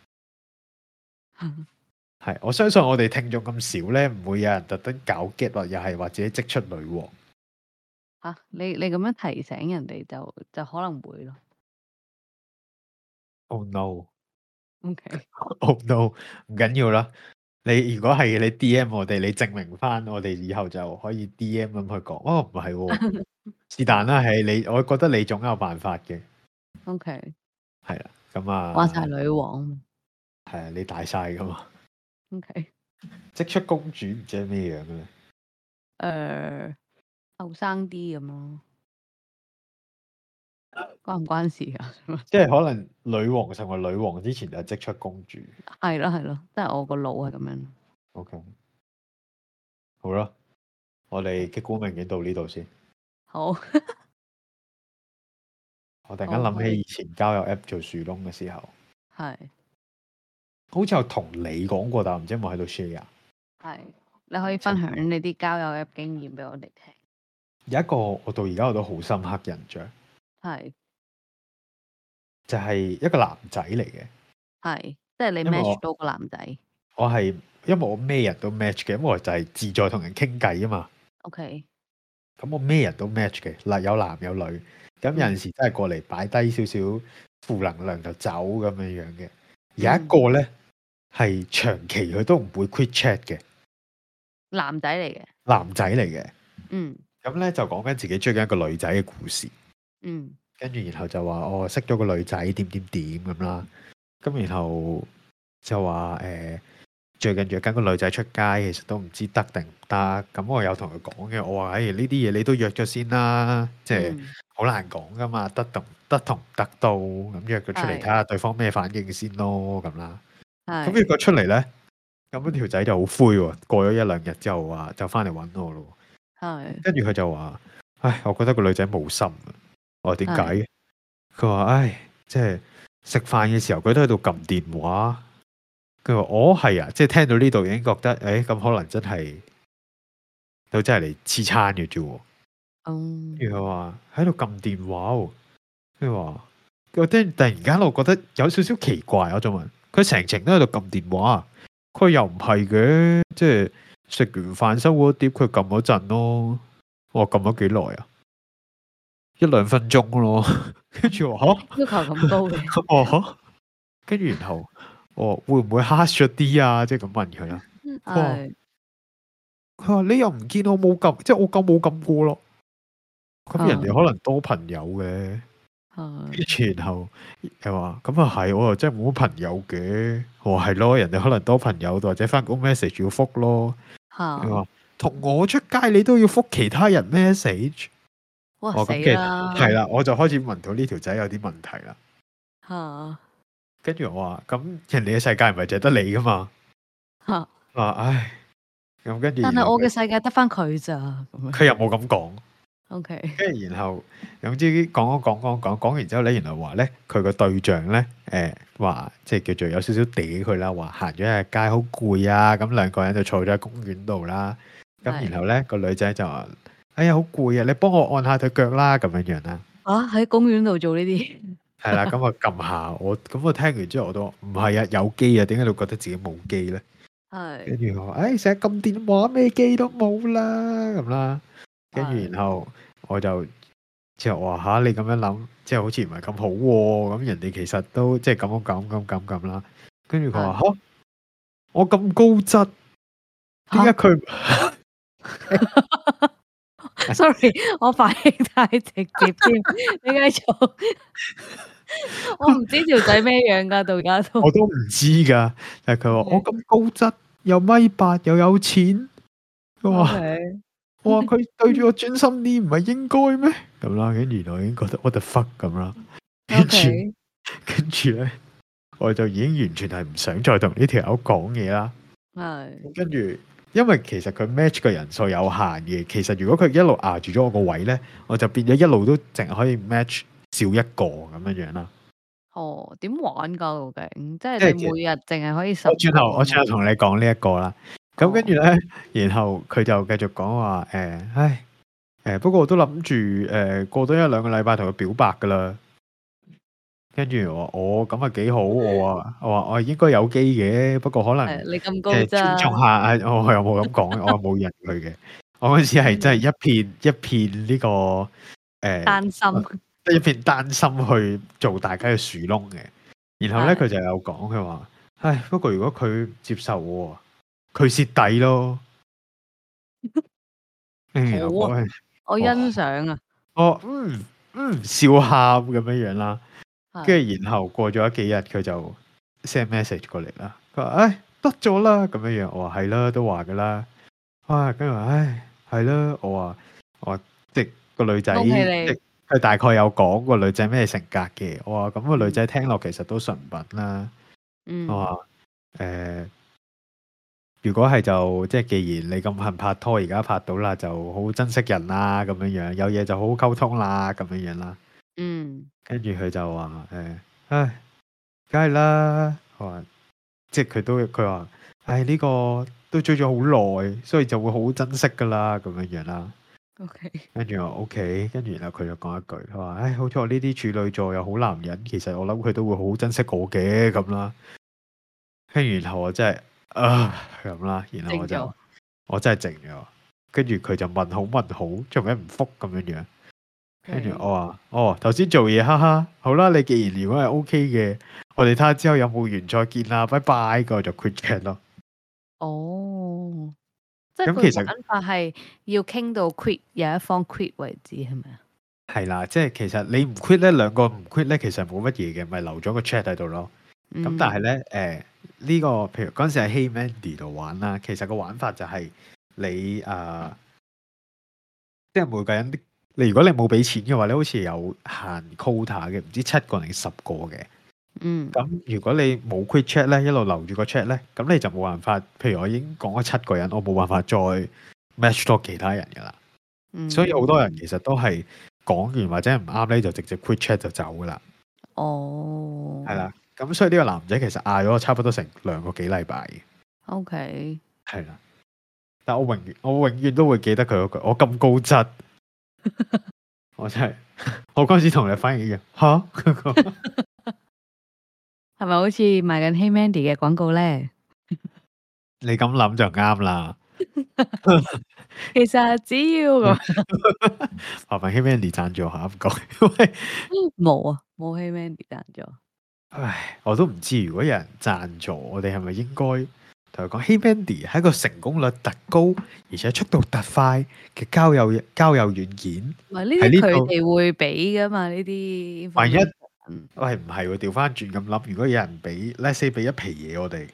Speaker 1: 係，我相信我哋聽眾咁少咧，唔會有人特登搞 get 或又係或者即出女王。
Speaker 2: 嚇你你咁樣提醒人哋就就可能會咯。
Speaker 1: Oh no！Oh
Speaker 2: OK，
Speaker 1: no！唔緊要啦。你如果係你 DM 我哋，你證明翻我哋以後就可以 DM 咁去講。哦，唔係喎，是但啦，係你，我覺得你總有辦法嘅。
Speaker 2: OK，
Speaker 1: 係啦，咁啊，
Speaker 2: 話晒女王。
Speaker 1: 係啊，你大晒噶嘛？
Speaker 2: OK，
Speaker 1: 即出公主唔知係咩樣嘅咧？
Speaker 2: 誒後呃生啲咁咯，關唔關事啊？
Speaker 1: 即係可能女王成為女王之前就即出公主。
Speaker 2: 係咯係咯，即係我個腦係咁樣。
Speaker 1: OK，好啦，我哋擊鼓明院到呢度先。
Speaker 2: 好，
Speaker 1: 我突然間
Speaker 2: 好
Speaker 1: 諗
Speaker 2: 我哋
Speaker 1: 起以前交友 App 做樹窿嘅時候，
Speaker 2: 係
Speaker 1: 好似有同你講過，但我唔知有冇喺度 share。
Speaker 2: 係，你可以分享你啲交友 app 經驗俾我哋聽。
Speaker 1: 有一個我到而家我都好深刻印象，
Speaker 2: 係
Speaker 1: 就係、一個男仔嚟嘅。
Speaker 2: 係，即係你
Speaker 1: 因為我
Speaker 2: match 到個男仔。
Speaker 1: 我係因為我咩人都 match 嘅，因為我就係自在同人傾偈啊嘛。
Speaker 2: OK，
Speaker 1: 咁我咩人都 match 嘅，嗱有男有女。咁有陣時真係過嚟擺低少少負能量就走咁樣樣嘅。有一
Speaker 2: 嗯
Speaker 1: 個呢，係長期佢都唔會 quit chat 嘅。
Speaker 2: 男仔嚟嘅。
Speaker 1: 男仔嚟嘅，
Speaker 2: 嗯
Speaker 1: 咁咧就講緊自己追緊一個女仔嘅故事，
Speaker 2: 嗯
Speaker 1: 跟住然後就話我、哦、識咗個女仔點點點咁啦，咁然後就話誒、呃最近約緊個女仔出街，其實都唔知得定唔得，咁我有同佢講嘅，我話誒呢啲嘢你都約咗先啦，即係
Speaker 2: 嗯
Speaker 1: 好難講噶嘛，得同得同唔得到，咁約佢出嚟
Speaker 2: 係
Speaker 1: 睇下對方咩反應先咯，咁啦，咁
Speaker 2: 係
Speaker 1: 約咗出嚟咧，咁條仔就好灰喎，過咗一兩日之後話就翻嚟揾我咯喎。
Speaker 2: 係
Speaker 1: 跟住佢就話：，唉，我覺得個女仔冇心啊。我話點解嘅？佢話：，唉，即係食飯嘅時候，佢都喺度撳電話。佢話：，哦，係啊，即係聽到呢度已經覺得，誒，咁可能真係都真係嚟黐餐嘅啫喎。
Speaker 2: 嗯
Speaker 1: 跟住佢話喺度撳電話喎。跟住話，我聽突然間我覺得有少少奇怪，啊我就問佢成程都喺度撳電話啊，佢又唔係嘅，即係食完飯收嗰碟，佢撳嗰陣咯。我話撳咗幾耐啊？一兩分鐘咯。 跟住我話吓。
Speaker 2: 要求咁高 嘅
Speaker 1: 哦，跟住然後我話會唔會 hard 咗啲啊？即係咁問佢啦。
Speaker 2: 係
Speaker 1: 佢話你又唔見我冇撳，即係我撳冇撳過咯。咁人哋
Speaker 2: 啊
Speaker 1: 可能多朋友嘅。
Speaker 2: 係
Speaker 1: 跟住 然後又話咁啊係，我又真係冇乜朋友嘅。我話係咯，人哋可能多朋友，或者翻工 message 要覆咯。佢
Speaker 2: 嚇
Speaker 1: 話同我出街你都要覆其他人 message，
Speaker 2: 哇
Speaker 1: 哦咁
Speaker 2: 死
Speaker 1: 其實
Speaker 2: 啦
Speaker 1: 係啦，我就開始聞到呢條仔有啲問題啦。
Speaker 2: 嚇
Speaker 1: 跟住我話咁人哋嘅世界唔係淨係得你噶嘛？
Speaker 2: 嚇，
Speaker 1: 我話唉，咁跟住
Speaker 2: 但係
Speaker 1: 然後
Speaker 2: 我嘅
Speaker 1: 佢
Speaker 2: 世界得翻佢咋咁樣
Speaker 1: 佢又冇咁講，
Speaker 2: ，OK，
Speaker 1: 跟住然後總之講講講講講講完之後咧，原來話咧佢個對象咧誒話即係叫做有少少嗲佢啦，話行咗一日街好攰啊，咁兩個人就坐咗喺公園度啦。咁
Speaker 2: 係
Speaker 1: 然後咧個女仔就話：哎呀好攰啊，你幫我按下對腳啦咁樣樣啦。
Speaker 2: 啊喺公園度做 呢啲，
Speaker 1: 係啦，咁我撳下我，咁我聽完之後我都話唔係啊，有機啊，點解你會覺得自己冇機咧？
Speaker 2: 係
Speaker 1: 跟住我話：，唉、成日撳電話，咩機都冇啦，咁啦。跟
Speaker 2: 係
Speaker 1: 住然後我就之後我話吓你咁樣諗，即係好似唔係咁好喎、咁人哋其實都即係咁咁咁咁咁啦。跟住佢話吓我咁高質，點解佢
Speaker 2: ，sorry，我反應太直接 添，你繼續， 我唔知條仔咩樣㗎，到而家 都
Speaker 1: 我都唔知㗎？但係佢話
Speaker 2: Okay
Speaker 1: 我咁高質，又米八又有錢，佢話。
Speaker 2: OK
Speaker 1: 我話佢對住我專心啲，唔係應該咩？咁啦，跟住原來我已經覺得 what the fuck 咁啦， 跟住
Speaker 2: OK，
Speaker 1: 跟住咧，我就已經完全係唔想再同呢條友講嘢啦。
Speaker 2: 係
Speaker 1: 跟住，因為其實佢 match 嘅人數有限嘅，其實如果佢一路壓住咗我個位咧，我就變咗一路都淨係可以 match 少一個咁樣樣啦。
Speaker 2: 哦，點玩㗎究竟？即
Speaker 1: 即
Speaker 2: 係
Speaker 1: 係
Speaker 2: 你
Speaker 1: 其實
Speaker 2: 每日淨係可以十
Speaker 1: 我轉頭
Speaker 2: 個
Speaker 1: 我轉頭同你講呢一個啦。咁
Speaker 2: 哦
Speaker 1: 跟住咧，然後佢就繼續講話誒，唉誒、不過我都諗住誒過多一兩個禮拜同佢表白噶啦。跟住我話我咁啊幾好，我話我話我應該有機嘅，不過可能
Speaker 2: 係你咁高
Speaker 1: 誒尊
Speaker 2: 咋
Speaker 1: 重？下，誒我又冇咁講，我又冇引佢 嘅。我嗰陣時係
Speaker 2: 嗯
Speaker 1: 真係一片一片呢、個誒、
Speaker 2: 單心
Speaker 1: 一片擔心去做大家嘅樹窿嘅。然後咧，
Speaker 2: 係
Speaker 1: 佢就有講佢話：，唉，不過如果佢唔接受我啊，佢蝕底咯。 嗯然後
Speaker 2: 好啊
Speaker 1: 我
Speaker 2: 我欣賞
Speaker 1: 我嗯嗯笑喊咁樣樣啦，
Speaker 2: 啊，係
Speaker 1: 跟住然後過咗幾日，佢就 send message 過嚟啦。佢話：，唉，得咗啦，咁樣樣。我話係啦，都話噶啦。啊，跟住話唉，係啦。我話我話即係個女仔，
Speaker 2: 恭喜你
Speaker 1: 即係佢大概有講個女仔咩性格嘅。我話咁個女仔聽落其實都純品啦。
Speaker 2: 嗯
Speaker 1: 我話誒，如果係就即係，既然你咁恨拍拖，而家拍到啦，就好珍惜人啦，咁樣樣，有嘢就好好溝通啦，咁樣樣啦。
Speaker 2: 嗯
Speaker 1: 跟住佢就話誒、唉，梗係啦，佢話即係佢都佢話，唉呢、個都追咗好耐，所以就會好珍惜噶啦，咁樣樣啦。
Speaker 2: OK
Speaker 1: 跟住我 OK，跟住然後佢就講一句，佢話：，唉，好彩我呢啲處女座又好男人，其實我諗佢都會好珍惜我嘅咁啦。跟住然後我真係啊咁啦，然後我
Speaker 2: 靜咗
Speaker 1: 就我真係靜咗。跟住佢就問好問好，做咩唔復咁樣樣？跟住
Speaker 2: 係
Speaker 1: 我話：，哦，頭先做嘢，哈哈，好啦，你既然如果係 OK 嘅，我哋睇下之後有冇緣再見啦，拜拜。咁我就 quit chat 咯。
Speaker 2: 哦，即係
Speaker 1: 咁
Speaker 2: 佢
Speaker 1: 其實
Speaker 2: 玩法係要傾到 quit 有一方 quit 為止，係咪啊？
Speaker 1: 係啦，即係其實你唔 quit 咧，兩個唔 quit 咧，其實冇乜嘢嘅，咪留咗個 chat 喺度咯。咁但係
Speaker 2: 係
Speaker 1: 咧，誒、呢、個譬如嗰陣時喺 Hey Mandy 度玩啦，其實個玩法就係你誒、呃即係每個人，你如果你冇俾錢嘅話，你好似有限 quota 嘅，唔知七個定十個嘅。
Speaker 2: 嗯
Speaker 1: 咁如果你冇 quit chat 咧，一路留住個 chat 咧，咁你就冇辦法。譬如我已經講咗七個人，我冇辦法再 match 到其他人㗎啦。
Speaker 2: 嗯，
Speaker 1: 所以好多人其實都係講完或者唔啱咧，就直接 quit chat 就走㗎啦。
Speaker 2: 哦
Speaker 1: 係啦，咁所以呢個男仔其實嗌咗我差不多成兩個幾禮拜嘅。
Speaker 2: ，OK
Speaker 1: 系啦，但我永遠我永遠都會記得佢嗰句，我咁高質，我真係 我嗰陣時同你反應一樣吓，咁
Speaker 2: 係咪好似賣緊 Hey Mandy 嘅廣告咧？
Speaker 1: 你咁諗就啱啦。
Speaker 2: 其實只要咁
Speaker 1: 嗯麻煩 Hey Mandy 贊助下，唔該。喂，
Speaker 2: 冇啊，冇 Hey Mandy 賺咗，
Speaker 1: 唉，我都唔知如果有人贊助，我哋係咪應該同佢講 Hey Mandy 係一個成功率特高而且速度特快嘅交友交友軟件？
Speaker 2: 唔係呢
Speaker 1: 喺
Speaker 2: 啲
Speaker 1: 呢
Speaker 2: 佢
Speaker 1: 度
Speaker 2: 哋會俾噶嘛？呢啲
Speaker 1: 萬一
Speaker 2: information
Speaker 1: 喂，唔係喎，調翻轉咁諗，如果有人俾 let's say 俾一皮嘢我哋。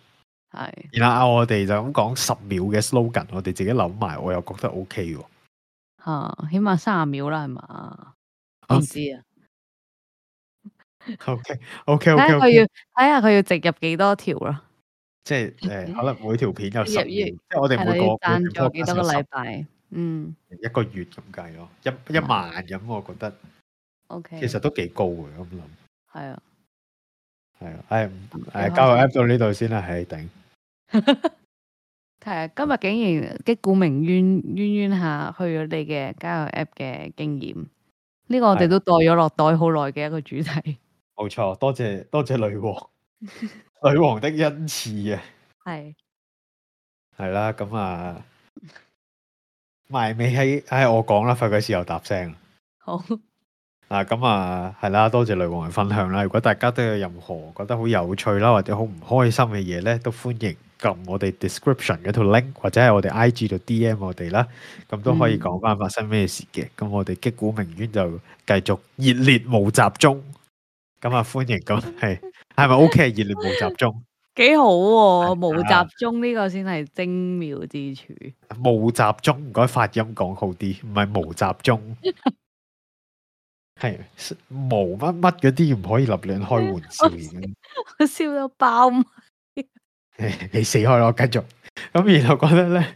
Speaker 2: 係
Speaker 1: 然後我哋就咁講十秒嘅 slogan，我哋自己諗埋，我又覺得 O K 喎。
Speaker 2: 嚇，起碼三十秒啦，係嘛？唔知啊。
Speaker 1: O K O K O K
Speaker 2: 睇下
Speaker 1: O
Speaker 2: 佢要
Speaker 1: K，
Speaker 2: 睇下佢要植入幾多條咯，
Speaker 1: 即係誒，可能每條片有十秒，
Speaker 2: 要要
Speaker 1: 即係我哋
Speaker 2: 係
Speaker 1: 每
Speaker 2: 啦，要
Speaker 1: 個
Speaker 2: 贊助幾多個禮
Speaker 1: 拜，
Speaker 2: 拜，嗯
Speaker 1: 一個月咁計咯，一一萬咁，我覺得
Speaker 2: ，OK，
Speaker 1: 其實都幾高嘅咁諗，
Speaker 2: 系啊，
Speaker 1: 係啊，唉唔
Speaker 2: 開
Speaker 1: 唉，
Speaker 2: 心
Speaker 1: 交友 app 到呢度先啦，唉頂，
Speaker 2: 系啊，今日竟然擊鼓鳴冤冤冤下去咗你嘅交友 app 嘅經驗，呢個我
Speaker 1: 係
Speaker 2: 哋都袋咗落袋好耐嘅一個主 題，
Speaker 1: 冇錯，多謝多謝女 王，女王的恩賜啊，
Speaker 2: 係
Speaker 1: 係啦，咁啊，埋尾喺唉我講啦，費鬼事又搭聲啦。
Speaker 2: 好，
Speaker 1: 啊，咁啊，係啦，多謝女王嘅分享啦。如果大家都有任何覺得好有趣啦，或者好唔開心嘅嘢咧，都歡迎撳我哋 description 嗰條 link，或者係我哋 IG 度 DM 我哋啦。咁都可以講翻發生咩事嘅。咁我哋擊鼓鳴冤就繼續熱烈無集中。咁啊，歡迎咁係係咪 OK？熱烈無集中，
Speaker 2: 幾好喎、
Speaker 1: 係
Speaker 2: 無
Speaker 1: 啊
Speaker 2: 集中呢個先係精妙之處，
Speaker 1: 無集中，唔該發音講好啲，唔係無集中。係無乜乜嗰啲唔可以立亂開玩笑嘅。
Speaker 2: 我笑到爆咪，
Speaker 1: 你死開咯，繼續。咁然後覺得咧，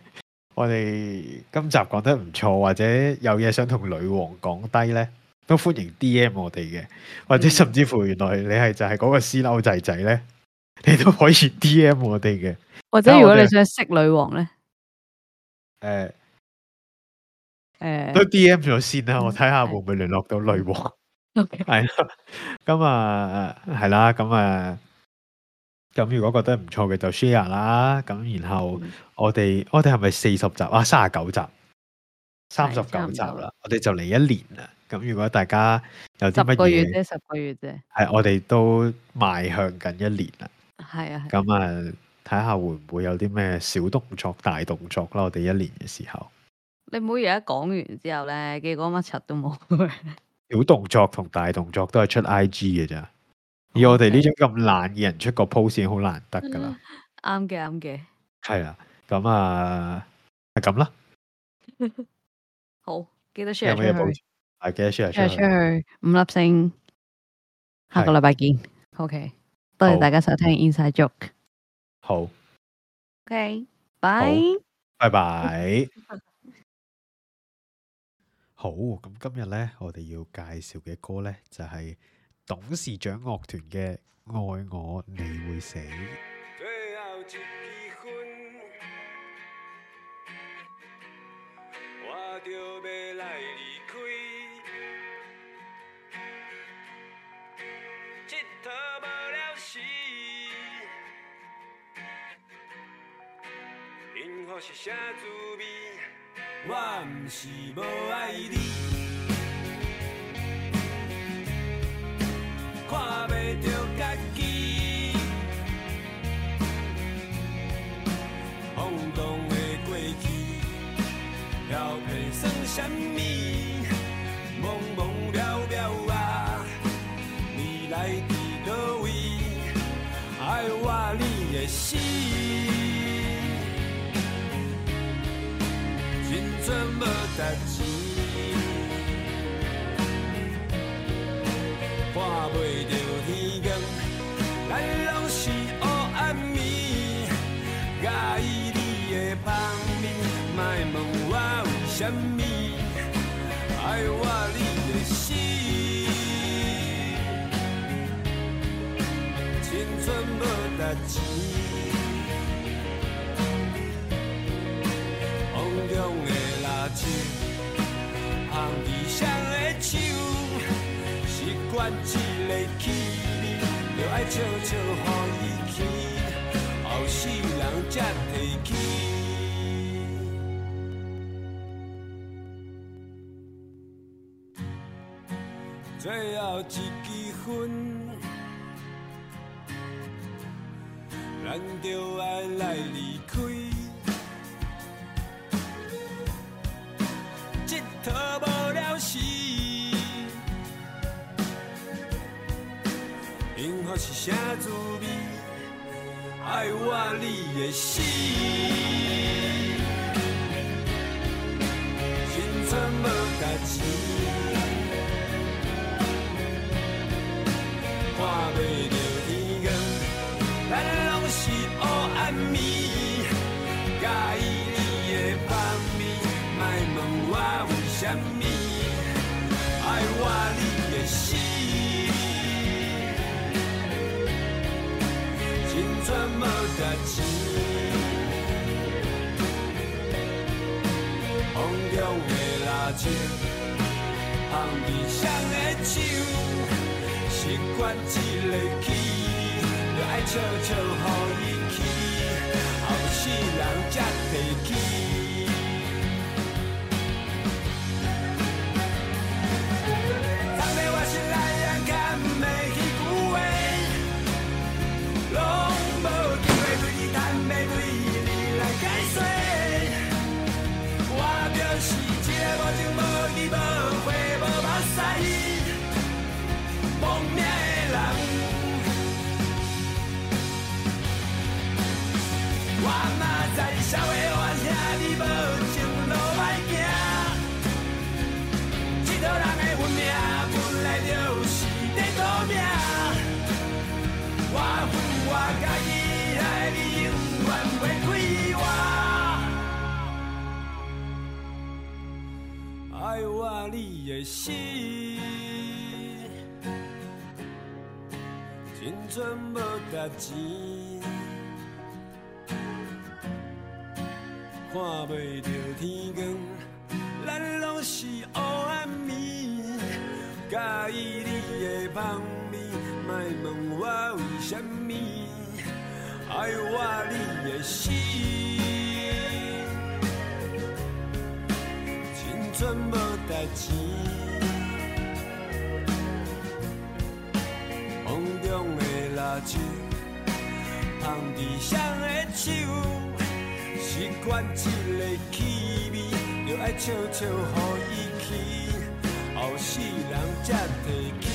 Speaker 1: 我哋今集講得唔錯，或者有嘢想同女王講低咧，都歡迎 D M 我哋嘅，或者
Speaker 2: 嗯
Speaker 1: 甚至乎原來你係就係嗰個師嬲仔仔咧， 你都可以 D M 我哋嘅。
Speaker 2: 或者
Speaker 1: 但係
Speaker 2: 如
Speaker 1: 我
Speaker 2: 果你
Speaker 1: 哋
Speaker 2: 想識女王咧，
Speaker 1: 诶、
Speaker 2: 诶、
Speaker 1: 都 D M 咗先啦，我睇下
Speaker 2: 係
Speaker 1: 會唔會聯絡到女王。
Speaker 2: o k
Speaker 1: 係啦，咁啊係啦，咁啊，咁如果覺得唔錯嘅就 share 啦，咁然後
Speaker 2: 嗯
Speaker 1: 我哋我哋係咪四十集啊？三十九集，三十
Speaker 2: 係差
Speaker 1: 九
Speaker 2: 唔
Speaker 1: 集
Speaker 2: 多
Speaker 1: 啦，我哋就嚟一年啦。咁如果大家有啲
Speaker 2: 十
Speaker 1: 乜
Speaker 2: 個月
Speaker 1: 嘢，
Speaker 2: 啫，十個月啫，
Speaker 1: 係我哋都邁向緊一年啦。
Speaker 2: 係啊，係
Speaker 1: 咁啊，睇下會唔會有啲咩小動作、大動作啦？我哋一年嘅時候。
Speaker 2: 你唔好而家講完之後咧，結果乜柒都冇，
Speaker 1: 小動作同大動作都係出 I G 嘅咋。以我哋呢
Speaker 2: 哦
Speaker 1: 種咁懶嘅人出個 post 已經好難得㗎啦。
Speaker 2: 嗯啱嘅啱嘅，
Speaker 1: 係啦，咁啊係咁啦。
Speaker 2: 好，記得
Speaker 1: 有
Speaker 2: share 出
Speaker 1: 咩嘢補
Speaker 2: 去
Speaker 1: 充？。係記得 share
Speaker 2: 出
Speaker 1: 出
Speaker 2: 去
Speaker 1: 去。
Speaker 2: 五粒星，下個
Speaker 1: 係
Speaker 2: 禮拜見。OK，多
Speaker 1: 好
Speaker 2: 謝大家收聽 Inside Joke。
Speaker 1: 好，
Speaker 2: OK，拜。
Speaker 1: 拜拜。好，咁今日呢，我哋要介紹嘅歌呢，就係董事長樂團嘅《愛我你會死》。
Speaker 4: 最後接結婚，我就要来离开。佚佗无了时，幸福是啥滋味？我毋是无爱你。看袂着家己，放荡的过去，飘撇算什么？茫茫渺渺啊，未来伫倒位？爱我你的死，真全无值钱。看袂着天光，咱拢是黑暗暝。介意你的芳味，莫问我为什么，爱我你的死，青春无值钱。风中的蜡烛，捧在谁的手？习惯一个气味，就爱笑笑予伊去，后世人才提起。最后一支烟，咱就爱来离开。佚佗无了时。幸福是啥滋味？爱我你的死，青春无价值，看袂着天光，咱拢是黑暗暝。介意你的芳味，莫问睭，项面上的手，习惯一个气，就爱笑笑予伊去，后世人才提起。昨日我是来人，敢袂去句话。拢无机会对你坦白，对你来解释。我就是一个无情无义、无花无目屎、亡命的人。我嘛知社会冤兄你无情路歹行，这个人的运命本来就是在赌命。我恨我家己，害你永远袂开我。爱我你的死，真准无值钱，看袂到天光，咱拢是黑暗暝。介意你的芳味，莫问我为什么爱我你的死，青春无值钱。风中的蜡烛，捧在谁的手？习惯一个气味，就爱笑笑，予伊去，后世人才提起。